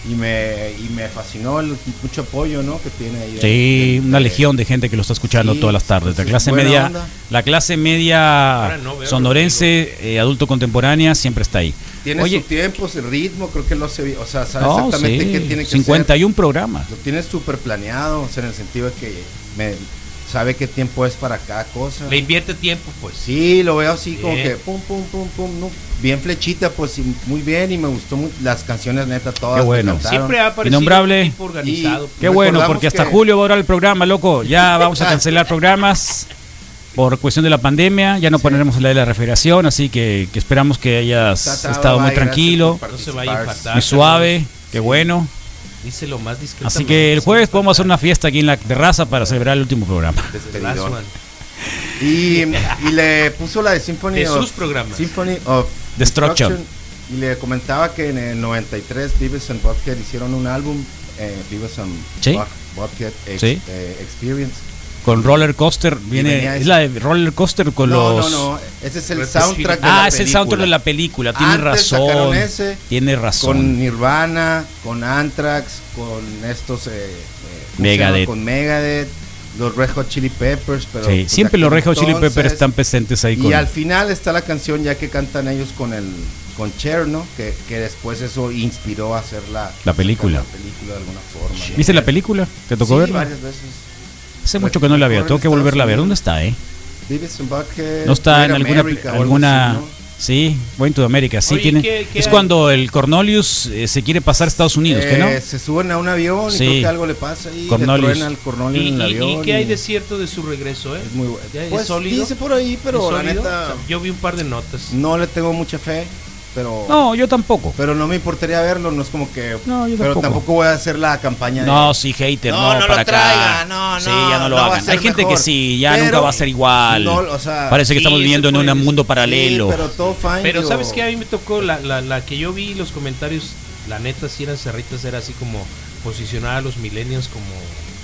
S3: y me, y me fascinó el mucho apoyo ¿no? que tiene ahí.
S1: Sí,
S3: de-
S1: una
S3: de-
S1: legión de gente que lo está escuchando
S3: Sí,
S1: todas las tardes. La
S3: sí,
S1: clase
S3: buena
S1: media,
S3: onda.
S1: la clase media
S4: Ahora no veo
S1: sonorense, eh, adulto contemporánea, siempre está ahí.
S3: Tiene
S1: Oye,
S3: su tiempo, su ritmo, creo que lo hace bien, O sea, sabe
S1: no,
S3: exactamente
S1: sí,
S3: qué tiene que
S1: 51 programas.
S3: hacer. Lo tiene súper planeado, o sea, en el sentido de que me, sabe qué tiempo es para cada cosa.
S4: Le invierte tiempo, pues.
S3: Sí, lo veo así como
S4: Bien.
S3: que pum, pum, pum, pum, no, bien flechita, pues y muy bien y me gustó mu- las canciones neta todas.
S1: Qué
S3: me
S1: bueno.
S3: encantaron.
S4: Siempre ha parecido
S1: Innombrable.
S4: un tipo organizado.
S3: Y-
S4: pues.
S1: Qué bueno,
S3: Recordamos
S1: porque hasta
S3: que-
S1: julio va a durar el programa, loco.
S3: (laughs)
S1: Ya vamos a cancelar programas por cuestión de la pandemia. Ya no pondremos la de la refrigeración, así que, que esperamos que hayas
S3: Tata,
S1: estado muy
S3: bye, gracias
S1: tranquilo,
S3: por
S4: No se vaya a
S3: participar.
S4: impactar.
S1: muy suave. Qué bueno.
S4: Díselo más discretamente.
S1: Así que el jueves podemos hacer una fiesta aquí en la terraza para celebrar el último programa.
S3: Despedidón.
S4: Last one.
S3: Y, y le puso la de Symphony
S4: De
S3: of,
S4: sus programas.
S3: Symphony of
S1: Destruction.
S3: Y le comentaba que en el 93 Beavis and Butthead hicieron un álbum, eh, Beavis and
S1: Sí.
S3: Bu- Butthead Ex-
S1: Sí.
S3: eh, Experience.
S1: Con Roller Coaster
S3: venía
S1: viene es
S3: ese.
S1: la de Roller Coaster con
S3: no,
S1: los
S3: no, no, ese es el
S4: Red
S3: soundtrack de la
S1: Ah, es el soundtrack de la
S3: película.
S1: película, tiene
S3: Antes
S1: razón.
S3: sacaron ese
S1: tiene razón.
S3: Con Nirvana, con Anthrax, con estos... eh, eh, ¿cómo se llama?
S1: Megadeth.
S3: Con Megadeth, los Red Hot Chili Peppers. Pero
S1: Sí,
S3: pues,
S1: siempre los
S3: aquel
S1: Red Hot Chili Peppers
S3: entonces-
S1: están presentes ahí
S3: Y
S1: con
S3: al final está la canción ya que cantan ellos con el con Cher, ¿no? Que, que después eso inspiró a hacer la,
S1: La película.
S3: la película de alguna forma. ¿no?
S1: ¿Viste la película? ¿Te tocó
S3: Sí,
S1: verla?
S3: varias veces.
S1: Hace mucho que no la veo,
S3: Recorren
S1: tengo que volverla a ver.
S3: Estados
S1: ¿Dónde está, eh?
S3: Beavis and Butthead,
S1: No está en
S3: Great
S1: alguna
S3: America o algo
S1: alguna
S3: así, ¿no?
S1: Sí, Going to America, sí
S4: Oye,
S1: tiene.
S4: ¿qué- qué
S1: es
S4: hay?
S1: cuando el Cornelius eh, se quiere pasar a Estados Unidos, ¿qué
S3: Eh,
S1: no?
S3: Se suben a un avión
S1: Sí.
S3: y creo que algo le pasa ahí.
S1: Cornolius.
S3: Le truena al
S4: ¿Y,
S3: Cornolius en el
S4: y-
S3: avión.
S4: y qué hay
S3: y-
S4: de cierto de su regreso, eh?
S3: Es muy bueno.
S4: ¿Ya es
S3: Pues
S4: sólido?
S3: dice por ahí, pero
S4: ¿Es
S3: la
S4: sólido?
S3: neta
S4: O sea, yo vi un par de notas.
S3: no le tengo mucha fe, pero...
S1: No, yo tampoco.
S3: Pero no me importaría verlo, no es como que...
S1: No, yo
S3: pero
S1: tampoco.
S3: tampoco voy a hacer la campaña de-
S1: No, sí, hater, no,
S3: No, no lo
S1: para acá.
S3: traigan, no,
S1: Sí,
S3: no,
S1: ya no lo
S3: no va a
S1: hagan.
S3: ser
S1: Hay gente
S3: mejor.
S1: que sí, ya
S3: Pero-
S1: nunca va a ser igual.
S3: No, o sea,
S1: Parece que
S4: sí,
S1: estamos
S4: se
S1: viviendo en
S4: puede
S1: un
S4: decir.
S1: mundo
S4: Sí,
S1: paralelo.
S3: Sí, pero todo fine.
S4: Pero
S3: digo,
S4: sabes que a mí me tocó la, la, la que yo vi los comentarios, la neta si eran cerritas, era así como posicionar a los millennials como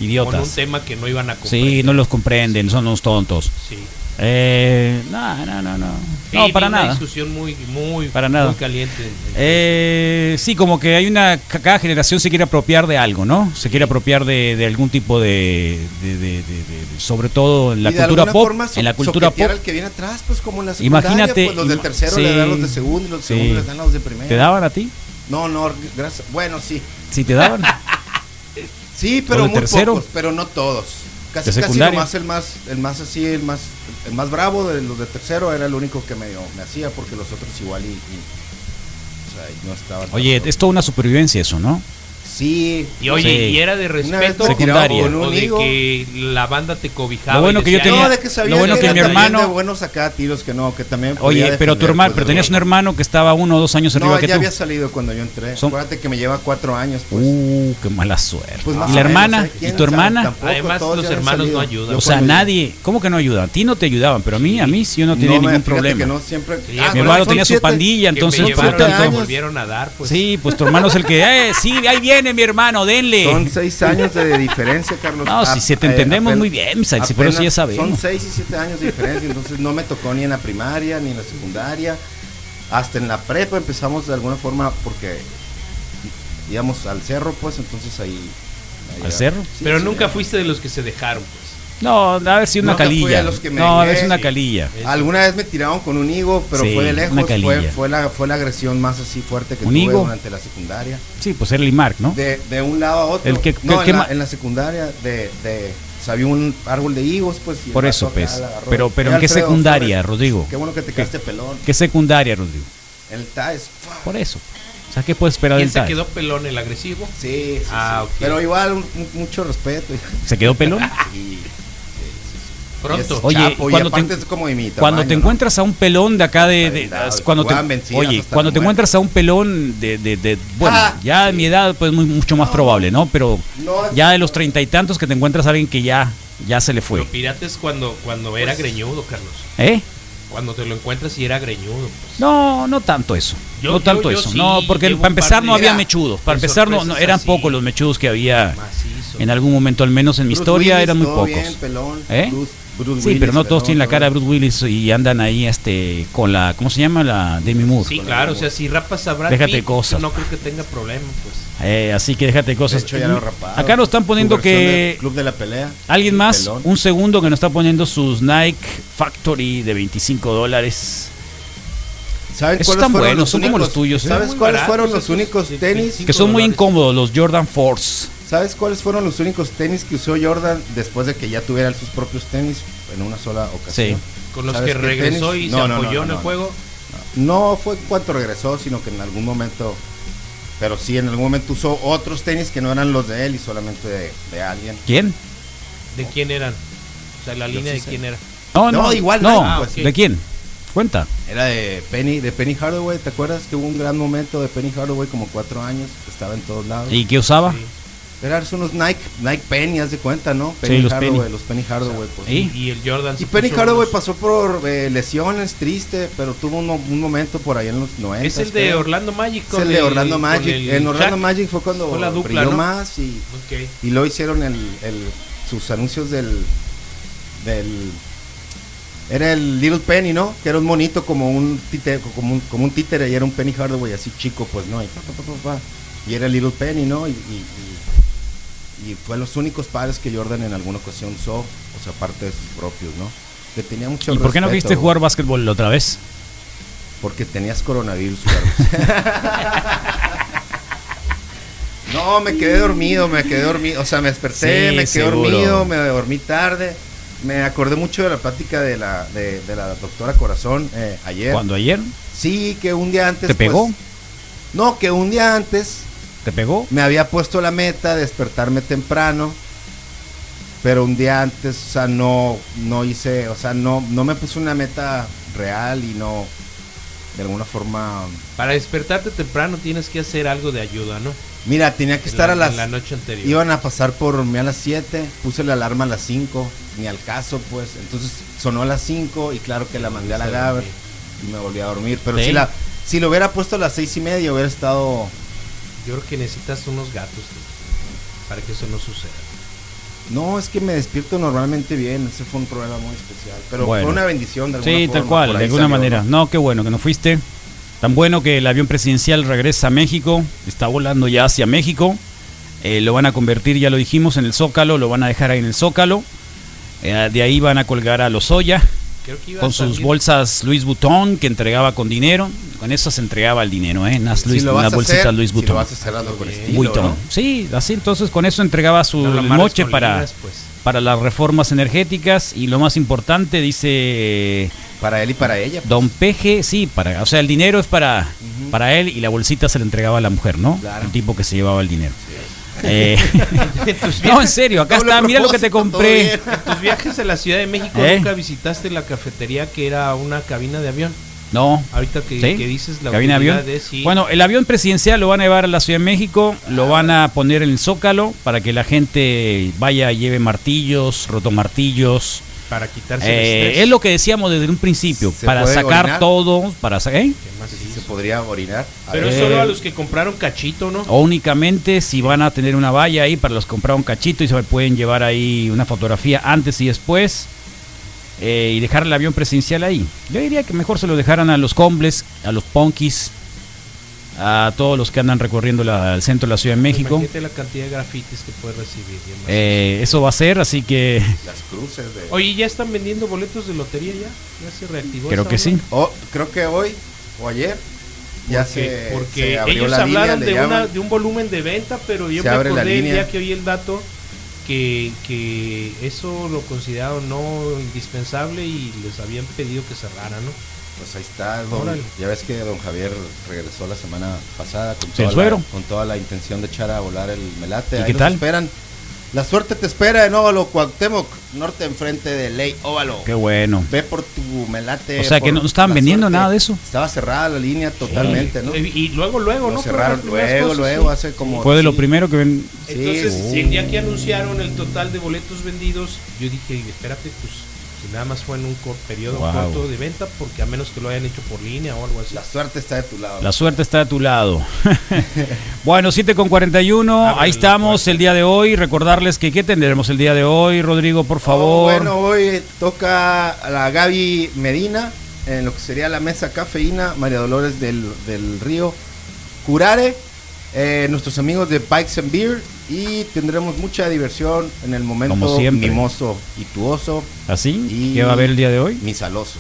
S1: Idiotas.
S4: con un tema que no iban a comprar.
S1: sí, no los comprenden, son unos tontos.
S4: Sí.
S1: Eh, no, no, no, no.
S4: Sí,
S1: No,
S4: vi
S1: para
S4: una
S1: nada.
S4: discusión muy, muy,
S1: Para nada.
S4: muy caliente.
S1: Eh, sí, como que hay una. ca- Cada generación se quiere apropiar de algo, ¿no? Se quiere apropiar de, de algún tipo de, de- de- de- de- de- Sobre todo en la
S3: y de
S1: cultura
S3: alguna
S1: pop.
S3: forma so-
S1: en la cultura
S3: soquetear
S1: pop.
S3: al que viene atrás, pues como en la secundaria,
S1: Imagínate.
S3: pues, los de
S1: ima-
S3: tercero
S1: sí,
S3: le dan los de segundo y los de
S1: sí.
S3: segundo les dan los de primero.
S1: ¿Te daban a ti?
S3: No, no, gracias. Bueno, sí.
S1: Sí, te
S3: (laughs)
S1: daban.
S3: Sí, pero
S1: de
S3: muy
S1: tercero?
S3: pocos, pero no todos.
S1: ¿De
S3: Casi, casi
S1: secundaria?
S3: nomás el más, el más así, el más, el más bravo de los de tercero era el único que medio me hacía porque los otros igual y, y- o sea, y no estaban.
S1: Oye,
S3: tanto.
S1: es toda una supervivencia eso, ¿no?
S3: sí.
S4: Y oye,
S1: Sí.
S4: y era de
S3: Una vez
S4: respeto
S3: me
S1: tiraron
S4: secundaria,
S1: con
S3: un
S4: o de
S3: higo.
S4: que la banda te cobijaba.
S1: Lo bueno
S4: y
S1: que yo
S4: decía,
S1: tenía-
S4: "No,
S3: no, de que sabía
S1: lo bueno
S3: que,
S1: que
S3: era
S1: mi
S3: también
S1: hermano-
S3: de buenos acá tiros que no, que también
S1: Oye,
S3: podía
S1: pero tu
S3: defender,
S1: hermano,
S3: pues,
S1: pero
S3: de
S1: tenías un
S3: bueno.
S1: hermano que estaba uno o dos años arriba
S3: No,
S1: que
S3: ya
S1: tú.
S3: había salido cuando yo entré.
S1: Son-
S3: Acuérdate que me lleva cuatro años. Pues.
S1: Uh, qué mala suerte.
S3: Pues, más
S1: y
S3: o
S1: la
S3: menos,
S1: hermana,
S3: ¿eh? ¿Quién
S1: y tu
S3: sabe?
S1: hermana.
S3: Tampoco,
S4: Además,
S3: todos
S4: los
S3: ya habían
S4: hermanos
S3: salido.
S4: no ayudan.
S3: Yo
S1: O sea,
S3: cuando llegué-
S1: nadie, ¿cómo que no ayudaban? A ti no te ayudaban, pero a mí, a mí sí yo no tenía
S3: me-
S1: ningún
S3: fíjate que
S1: problema.
S3: no siempre.
S4: Mi
S1: Mi
S4: Ah,
S1: hermano
S4: son
S1: tenía su
S3: siete.
S1: pandilla,
S4: que me
S1: entonces por
S4: llevaron
S3: siete
S4: y me
S1: tanto-
S3: años.
S4: volvieron a dar, pues.
S1: Sí, pues tu hermano es el que, eh, sí, ahí viene mi hermano, denle.
S3: Son seis años de diferencia, Carlos. eh,
S1: No, si se te entendemos
S3: apenas-
S1: muy bien, Misael, si por eso ya sabemos.
S3: Son seis y siete años de diferencia, entonces no me tocó ni en la primaria, ni en la secundaria. Hasta en la prepa empezamos de alguna forma porque íbamos al cerro, pues entonces ahí. ahí
S1: ¿Al
S3: ya-
S1: cerro?
S3: Sí,
S4: Pero
S3: sí,
S4: nunca
S3: ya.
S4: fuiste de los que se dejaron, pues.
S1: No, a ver si una
S3: No, que fui
S1: calilla.
S3: a los que me
S1: No, a ver si
S3: dejé.
S1: una calilla.
S3: Alguna vez me tiraron con un higo, pero
S1: Sí,
S3: fue de lejos.
S1: una
S3: Fue,
S1: calilla.
S3: fue, la, fue la agresión más así fuerte que
S1: ¿Un
S3: tuve
S1: higo?
S3: durante la secundaria.
S1: Sí, pues era el IMARC, ¿no?
S3: De, de un lado a otro.
S1: El que-
S3: no,
S1: que- que
S3: en,
S1: ma-
S3: la, en la secundaria de, de o sea, había un árbol de higos, pues. y el
S1: Por
S3: vato
S1: eso,
S3: acá
S1: pues.
S3: la agarró.
S1: Pero, pero
S3: Era
S1: ¿en qué
S3: Alfredo,
S1: secundaria,
S3: sorry.
S1: Rodrigo?
S3: Qué bueno que te quedaste pelón.
S1: ¿Qué secundaria, Rodrigo?
S3: El TAES. fuck.
S1: Por eso. O sea, ¿qué puedes esperar
S4: ¿Quién
S1: del
S4: se
S1: tal?
S4: quedó pelón, el agresivo?
S3: Sí, sí,
S4: Ah,
S3: sí.
S4: ok.
S3: Pero igual, un- un- mucho respeto. (laughs)
S1: ¿Se quedó pelón?
S3: Y, sí, sí, sí.
S4: Pronto.
S3: es
S1: Oye,
S3: Pues chapo, y
S1: cuando
S3: aparte
S1: te-
S3: es como de mi
S1: Cuando
S3: tamaño,
S1: te
S3: ¿no?
S1: encuentras a un pelón de acá de. de-
S3: Aventado,
S1: as- cuando te,
S3: jugaban vencidas
S1: oye,
S3: hasta
S1: cuando
S3: la
S1: te
S3: muerte.
S1: encuentras a un pelón de. de- de- bueno,
S3: Ah,
S1: ya de mi edad, pues muy- mucho más probable, ¿no? Pero
S3: No, es-
S1: ya de los treinta y tantos que te encuentras a alguien que ya, ya se le fue.
S4: Lo pirata es cuando, cuando era
S3: Pues-
S4: greñudo, Carlos.
S1: ¿Eh?
S4: Cuando te lo encuentras y era greñudo. pues.
S1: No, no tanto eso.
S4: Yo-
S1: no
S4: yo-
S1: tanto
S4: yo
S1: eso.
S4: sí
S1: no, porque
S4: llevo
S1: para
S4: un par
S1: empezar
S4: de-
S1: no había
S3: Mira,
S1: mechudos. Para
S4: de
S1: empezar no, no,
S4: sorpresas
S1: eran
S4: así.
S1: pocos los mechudos que había
S4: Macizo.
S1: en algún momento, al menos en mi
S3: Bruce
S1: historia,
S3: Willis,
S1: eran muy
S3: todo bien,
S1: pocos.
S3: pelón,
S1: ¿Eh?
S3: Bruce- Bruce
S1: Sí,
S3: Willis,
S1: pero no todos
S3: pelón,
S1: tienen la cara de
S3: todo.
S1: Bruce Willis y andan ahí este con la ¿cómo se llama? la Demi Moore.
S4: Sí, claro, o sea, si rapas a Brad
S1: Déjate
S4: Pitt,
S1: cosas.
S4: no creo que tenga problema, pues.
S1: Eh, así que déjate cosas.
S3: De hecho, ya lo raparon.
S1: Acá nos están poniendo
S3: Su versión
S1: que
S3: del Club de la pelea.
S1: alguien más,
S3: Pelón.
S1: un segundo que nos está poniendo sus Nike Factory de 25 dólares.
S3: ¿Saben
S1: Esos
S3: cuáles
S1: están
S3: fueron
S1: buenos, son como
S3: únicos-
S1: los tuyos, ¿eh?
S3: ¿Sabes
S4: Muy
S3: cuáles
S4: baratos
S3: fueron los
S4: esos,
S3: únicos
S4: de
S3: tenis?
S4: 25
S1: Que son muy
S4: dólares.
S1: incómodos los Jordan Force.
S3: ¿Sabes cuáles fueron los únicos tenis que usó Jordan después de que ya tuviera sus propios tenis en una sola ocasión?
S4: Con los
S3: ¿Sabes
S4: que
S3: qué
S4: regresó
S3: tenis?
S4: y
S3: No, no,
S4: se
S3: no,
S4: apoyó
S3: no,
S4: en el
S3: no.
S4: juego.
S3: No fue en cuanto regresó, sino que en algún momento, pero sí, en algún momento usó otros tenis que no eran los de él y solamente de, de alguien.
S1: ¿Quién?
S4: ¿De quién eran? O sea, la
S3: Yo
S4: línea
S3: sí
S4: de
S3: sé.
S4: quién era.
S1: No, no,
S3: No, igual
S1: no.
S3: Nike, Ah,
S4: pues.
S1: ¿De quién? Cuenta.
S3: Era de Penny, de Penny Hardaway, ¿te acuerdas que hubo un gran momento de Penny Hardaway como cuatro años? que Estaba en todos lados.
S1: ¿Y qué usaba?
S4: Sí.
S3: Eran unos Nike, Nike Penny, haz de cuenta, ¿no? Penny
S1: los
S3: Hardaway,
S1: Penny.
S3: los Penny Hardaway, pues.
S1: ¿Y?
S4: Y el Jordan.
S3: Y
S4: se
S3: Penny
S4: puso
S3: Hardaway pues, pasó
S4: unos-
S3: por eh, lesiones, triste, pero tuvo un, un momento por ahí en los 90.
S4: Es el de
S3: creo.
S4: Orlando Magic.
S3: Es el de Orlando Magic. En Orlando Magic fue cuando
S4: Fue la dupla,
S3: brilló
S4: ¿no?
S3: más y,
S4: Magic.
S3: y luego hicieron el, el- sus anuncios del, del... Era el Little Penny, ¿no? Que era un monito como un títere, como un, como un títere y era un Penny Hardaway así chico, pues, ¿no? Y, pa, pa, pa, pa, pa. y era el Little Penny, ¿no? Y, y- y- y fue los únicos padres que Jordan en alguna ocasión usó, o sea, aparte de sus propios, ¿no? Que tenía mucho
S1: ¿Y por qué no
S3: respeto,
S1: quisiste jugar básquetbol la otra vez?
S3: porque tenías coronavirus, Carlos. (laughs) no, me quedé dormido, me quedé dormido. O sea, me desperté,
S1: Sí,
S3: me quedé
S1: seguro.
S3: dormido, me dormí tarde. Me acordé mucho de la plática de la, de, de la doctora Corazón eh, ayer.
S1: ¿Cuándo ayer?
S3: Sí, que un día antes.
S1: ¿Te pegó?
S3: pues, no, que un día antes
S1: ¿Te pegó?
S3: me había puesto la meta de despertarme temprano, pero un día antes, o sea, no, no hice, o sea, no, no me puse una meta real y no, de alguna forma,
S4: Para despertarte temprano tienes que hacer algo de ayuda, ¿no?
S3: mira, tenía que
S4: En
S3: estar
S4: la-
S3: a las,
S4: en la noche anterior.
S3: iban a pasar por mí a las 7, puse la alarma a las 5, ni al caso, pues, entonces sonó a las 5 y claro que la mandé a la
S4: Sí.
S3: Gaber y me volví a dormir, pero
S1: Sí.
S3: si la, si lo hubiera puesto a las seis y media hubiera estado
S4: Yo creo que necesitas unos gatos tío, para que eso no suceda.
S3: No, es que me despierto normalmente bien. Ese fue un problema muy especial. Pero
S1: Bueno.
S3: fue una bendición de alguna
S1: Sí,
S3: forma,
S1: tal cual,
S3: por
S1: de
S3: ahí
S1: alguna
S3: salió,
S1: manera.
S3: ¿no?
S1: ¿no? qué bueno que no fuiste. Tan bueno que el avión presidencial regresa a México, está volando ya hacia México. Eh, lo van a convertir, ya lo dijimos, en el Zócalo, lo van a dejar ahí en el Zócalo. Eh, de ahí van a colgar a Lozoya
S4: Creo que iba
S1: con
S4: a
S1: sus
S4: salir-
S1: bolsas Luis Butón que entregaba con dinero. Con eso se entregaba el dinero, ¿eh? Unas
S3: Si
S1: Louis-
S3: lo vas
S1: unas
S3: a
S1: bolsitas
S3: hacer,
S1: Luis
S3: si lo
S1: Butón.
S3: vas a hacer, hazlo con
S4: Bien.
S3: estilo, ¿no?
S1: Sí, así entonces con eso entregaba su
S4: No la amarres
S1: moche
S4: con
S1: para,
S4: ligas, pues.
S1: para las reformas energéticas. Y lo más importante, dice
S3: Para él y para ella. pues.
S1: Don Peje, sí, para, o sea, el dinero es para, para él y la bolsita se le entregaba a la mujer, ¿no?
S3: Claro.
S1: El tipo que se llevaba el dinero.
S4: (laughs)
S1: Eh,
S4: Tus
S1: (laughs) no,
S4: viajes-
S1: en serio, acá
S3: Doble
S1: está, mira lo que te
S3: propósito,
S1: compré.
S3: todo bien.
S4: Tus viajes a la Ciudad de México
S1: ¿Eh?
S4: nunca visitaste la cafetería que era una cabina de avión.
S1: No.
S4: Ahorita que,
S1: ¿Sí?
S4: que dices la
S1: ¿Cabina de
S4: utilidad
S1: avión?
S4: de- sí. Ah.
S1: Bueno, el avión presidencial lo van a llevar a la Ciudad de México, lo van a poner en el Zócalo para que la gente vaya, lleve martillos, rotomartillos.
S4: para quitarse el
S1: Eh,
S4: estrés.
S1: es lo que decíamos desde un principio,
S3: ¿Se
S1: para
S3: puede
S1: sacar
S3: orinar?
S1: todo, para ¿eh? sacar...
S4: ¿Qué más
S3: Sí,
S4: hizo?
S3: pues, Se podría orinar. A
S4: Pero
S3: ver,
S4: es
S1: Eh,
S4: solo a los que compraron cachito, ¿no?
S1: O únicamente si van a tener una valla ahí para los que compraron cachito y se pueden llevar ahí una fotografía antes y después eh, y dejar el avión presidencial ahí. Yo diría que mejor se lo dejaran a los combles, a los punkis, a todos los que andan recorriendo la- el centro de la Ciudad de México.
S4: Imagínate la cantidad de grafitis que puedes recibir. y demás.
S1: Eh, eso va a ser, así que (laughs)
S3: Las cruces de...
S4: Oye, ¿ya están vendiendo boletos de lotería ya? ¿Ya se reactivó?
S1: creo
S4: esa
S1: que
S4: onda?
S1: sí.
S3: Oh, creo que hoy o ayer ya se,
S4: porque
S3: se abrió
S4: ellos
S3: la línea,
S4: hablaron
S3: le
S4: de, una,
S3: llaman.
S4: de un volumen de venta, pero yo
S3: Se
S4: me
S3: abre la
S4: acordé el
S3: línea.
S4: día que oí el dato que, que eso lo consideraron no indispensable y les habían pedido que cerraran, ¿no?
S3: Pues ahí está, don-
S4: Órale.
S3: ya ves que don Javier regresó la semana pasada con
S1: Sí, el
S3: toda,
S1: suegro.
S3: la, con toda la intención de echar a volar el
S1: ¿Y
S3: melate. Ahí
S1: qué
S3: nos
S1: tal?
S3: esperan. La suerte te espera en Óvalo Cuauhtémoc, norte enfrente de Ley Óvalo.
S1: Qué bueno.
S3: Ve por tu melate.
S1: O sea, que
S3: por
S1: no- no estaban
S3: la
S1: vendiendo nada de eso.
S3: Estaba cerrada la línea totalmente, ¿no?
S4: Y, y luego, luego,
S3: Lo
S4: ¿no?
S3: cerraron
S4: Fueron las primeras
S3: luego,
S4: cosas,
S3: luego,
S4: sí.
S3: hace como.
S1: Fue de lo
S3: sí,
S1: primero que ven.
S4: Entonces,
S3: Sí.
S4: el día que anunciaron el total de boletos vendidos, yo dije, espérate, pues si nada más fue en un cor- periodo
S1: Wow.
S4: corto de venta, porque a menos que lo hayan hecho por línea o algo así.
S3: La suerte está de tu lado.
S1: La suerte está a tu lado. (laughs) bueno, 7 con 41.
S4: Ábrele
S1: Ahí
S4: la
S1: estamos
S4: puerta.
S1: el día de hoy. Recordarles que qué tendremos el día de hoy, Rodrigo, por
S3: Oh,
S1: favor.
S3: bueno, hoy toca a la Gaby Medina en lo que sería la mesa cafeína, María Dolores del, del Río Curare, eh, nuestros amigos de Bikes and Beer y tendremos mucha diversión en el momento
S1: Como siempre.
S3: mimoso y tuoso
S1: ¿Así?
S3: y
S1: ¿Ah, ¿Qué va a haber el día de hoy?
S3: misaloso.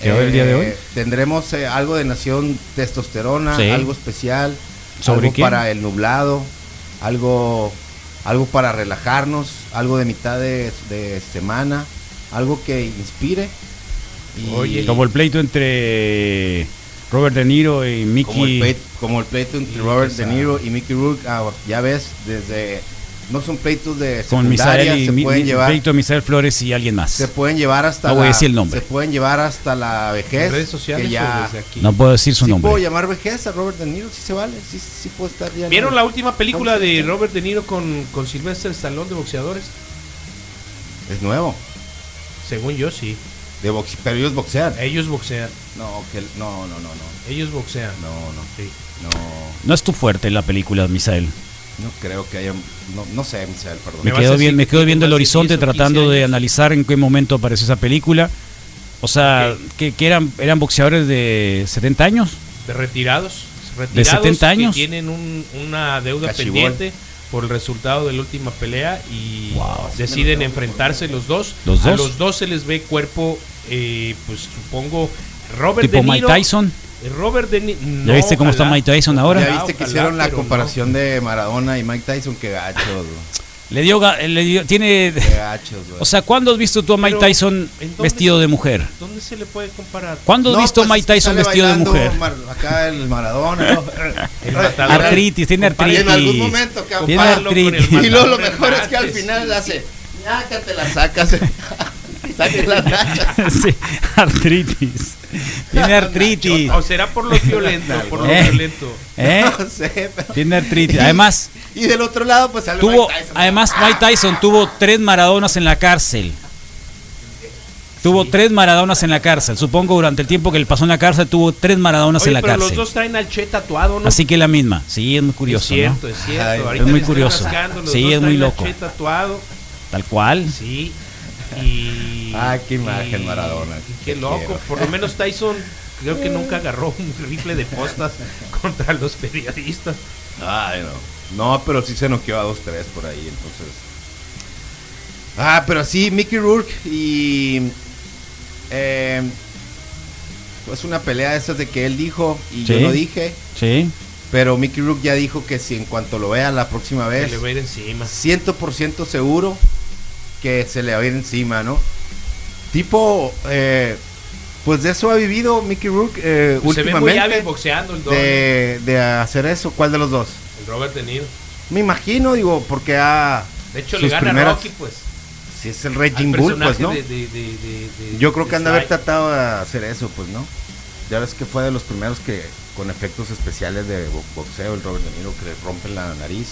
S1: ¿Qué va a haber el día de hoy?
S3: Tendremos eh, algo de Nación Testosterona,
S1: Sí.
S3: algo especial,
S1: ¿Sobre
S3: algo
S1: quién?
S3: para el nublado, algo, algo para relajarnos, algo de mitad de, de semana, algo que inspire. Y
S4: Oye,
S1: Como el pleito entre Robert De Niro y
S3: como el,
S1: Mickey.
S3: pleito, como el pleito entre
S4: Y
S3: Robert De
S4: pesado.
S3: Niro y Mickey Rourke, ah, ya ves, desde no son pleitos de
S1: Con
S3: secundaria,
S1: Misael y
S3: se
S1: mi-
S3: pueden
S1: mi-
S3: llevar
S1: pleito de Misael Flores y alguien más.
S3: se pueden llevar hasta
S1: No voy a
S3: la-
S1: decir el nombre.
S3: se pueden llevar hasta la vejez
S4: ¿En redes
S3: que
S4: sociales
S3: ya-
S4: o desde aquí?
S1: No puedo decir su
S3: sí
S1: nombre.
S3: puedo llamar vejez a Robert De Niro, sí se vale, sí, sí puedo estar ya. en
S4: ¿Vieron
S3: el-
S4: la última película
S3: ¿Cómo se
S4: de
S3: llama?
S4: Robert De Niro con, con Sylvester Stallone de boxeadores?
S3: Es nuevo,
S4: Según yo, sí.
S3: de box, pero ellos boxean.
S4: Ellos boxean.
S3: No, que, no, no, no, no,
S4: Ellos boxean.
S3: no, no,
S4: Sí.
S3: no,
S1: No es tu fuerte la película, Misael.
S3: no creo que haya, no, no sé, Misael, perdón.
S1: Me
S4: vas a
S1: quedo,
S4: decir
S1: bien, me
S4: que
S1: quedo
S4: tiene
S1: viendo el
S4: más de
S1: horizonte
S4: 10 o 15
S1: tratando de
S4: años.
S1: analizar en qué momento apareció esa película. O sea, que, que eran, eran boxeadores de 70 años.
S4: De retirados. Retirados
S1: 70 años?
S4: Que tienen un- una deuda
S3: Cachibol.
S4: pendiente por el resultado de la última pelea y
S1: Wow.
S4: deciden enfrentarse los dos.
S1: ¿Los
S4: A
S1: dos?
S4: los dos se les ve cuerpo, eh, pues supongo, Robert
S1: Tipo
S4: De Niro.
S1: Mike Tyson.
S4: Robert De Niro.
S1: ¿Ya viste cómo está Mike Tyson ahora?
S3: ya viste
S4: Ah,
S3: que hicieron la
S4: comparación
S3: comparación de Maradona y Mike Tyson, qué gachos, güey,
S1: Le dio, ga- le dio- tiene,
S3: qué gachos, güey.
S1: o sea, ¿cuándo has visto tú a Mike
S4: Pero,
S1: Tyson
S4: ¿en dónde?
S1: vestido de mujer?
S4: ¿Dónde se le puede comparar?
S1: ¿Cuándo has
S3: No,
S1: visto a
S3: pues,
S1: Mike Tyson
S3: sale
S1: vestido de
S3: bailando
S1: mujer?
S3: Mar- acá el Maradona. ¿no?
S4: El matador.
S1: Artritis, tiene
S3: Y
S1: artritis.
S3: en algún momento, cabrón.
S1: tiene
S4: Compáralo con el
S1: artritis.
S4: Maradona.
S3: Y luego lo mejor es que al
S4: Antes.
S3: final hace, ya que te la sacas. Saque
S1: (laughs)
S3: la tacha.
S1: Sí, artritis. Tiene artritis.
S4: O será por lo violento,
S3: (laughs)
S4: por lo
S1: Eh.
S4: violento.
S1: ¿Eh?
S3: No sé, pero-
S1: Tiene artritis. Además,
S3: (laughs) Y del otro lado, pues sale
S1: tuvo,
S3: Mike Tyson.
S1: además Mike Tyson tuvo tres Maradonas en la cárcel. Tuvo tres Maradonas en la cárcel. Supongo durante el tiempo que él pasó en la cárcel tuvo tres Maradonas
S4: Oye,
S1: en la
S4: pero
S1: cárcel.
S4: los dos traen al Che tatuado, ¿no?
S1: Así que la misma. Sí, es muy
S4: es
S1: curioso,
S4: cierto,
S1: ¿no?
S4: es cierto.
S3: Ay,
S4: Ahorita
S1: es muy
S4: le estoy
S1: curioso.
S4: rascando, los
S1: Sí,
S4: dos
S1: es muy
S4: traen al
S1: loco.
S4: Che tatuado,
S1: Tal cual.
S4: sí. Y.
S3: Ah, qué imagen, Maradona,
S4: y Qué
S3: te
S4: loco.
S3: quiero.
S4: Por lo menos Tyson, creo
S3: (laughs)
S4: que nunca agarró un rifle de postas (laughs) contra los periodistas.
S3: Ay, no. No, pero sí se noqueó a 2-3 por ahí, entonces. Ah, pero sí, Mickey Rourke y. eh, pues una pelea de esas de que él dijo y yo
S1: Sí.
S3: lo dije.
S1: Sí.
S3: Pero Mickey Rourke ya dijo que si en cuanto lo vea la próxima
S4: Se
S3: vez.
S4: le va a ir encima.
S3: 100% seguro que se le va a ir encima, ¿no? Tipo, eh, pues de eso ha vivido Mickey Rourke eh,
S4: Pues Se ve muy hábil
S3: últimamente.
S4: boxeando el, don,
S3: De, de hacer eso, ¿cuál de los dos?
S4: el Robert De Niro.
S3: Me imagino, digo, porque ha.
S4: De hecho, le
S3: sus
S4: gana a
S3: primeras-
S4: Rocky, pues.
S3: Si es el rey
S4: al
S3: Jim Bull, pues,
S4: personaje
S3: ¿no?
S4: de- de- de- de- de-
S3: Yo creo que
S4: de
S3: han de haber
S4: Sly.
S3: tratado de hacer eso, pues, ¿no? Ya ves que fue de los primeros que, con efectos especiales de bo- boxeo, el Robert De Niro, que le rompen la nariz.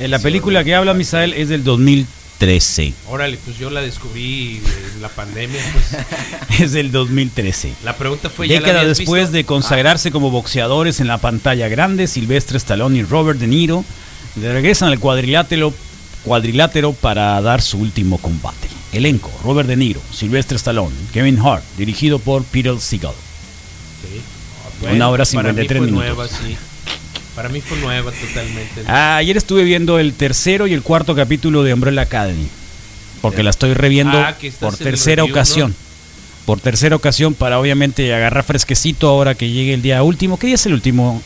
S1: Eh, La
S3: Sí,
S1: película
S3: ¿verdad?
S1: que habla Misael eh, es del 2013.
S4: Órale, pues yo la descubrí en la pandemia.
S1: (laughs)
S4: Pues.
S1: Es del 2013.
S4: La pregunta fue: Pues ¿ya la
S1: Década
S4: habías
S1: después
S4: visto? Ah.
S1: de consagrarse como boxeadores en la pantalla grande, Silvestre Stallone y Robert De Niro le regresan al cuadrilátero, cuadrilátero para dar su último combate. Elenco: Robert De Niro, Silvestre Stallone, Kevin Hart, dirigido por Peter Seagal.
S4: Sí. Ah,
S1: Una hora
S4: para mí
S1: 53
S4: fue
S1: minutos. Ah.
S4: Nueva, sí. Para mí fue nueva totalmente.
S1: Ayer estuve viendo el tercero y el cuarto capítulo de Umbrella Academy, porque la estoy reviendo
S4: Ah, que estás
S1: por
S4: en el
S1: tercera
S4: review, ¿no?
S1: ocasión. Por tercera ocasión para obviamente agarrar fresquecito ahora que llegue el día último. ¿Qué día es el último?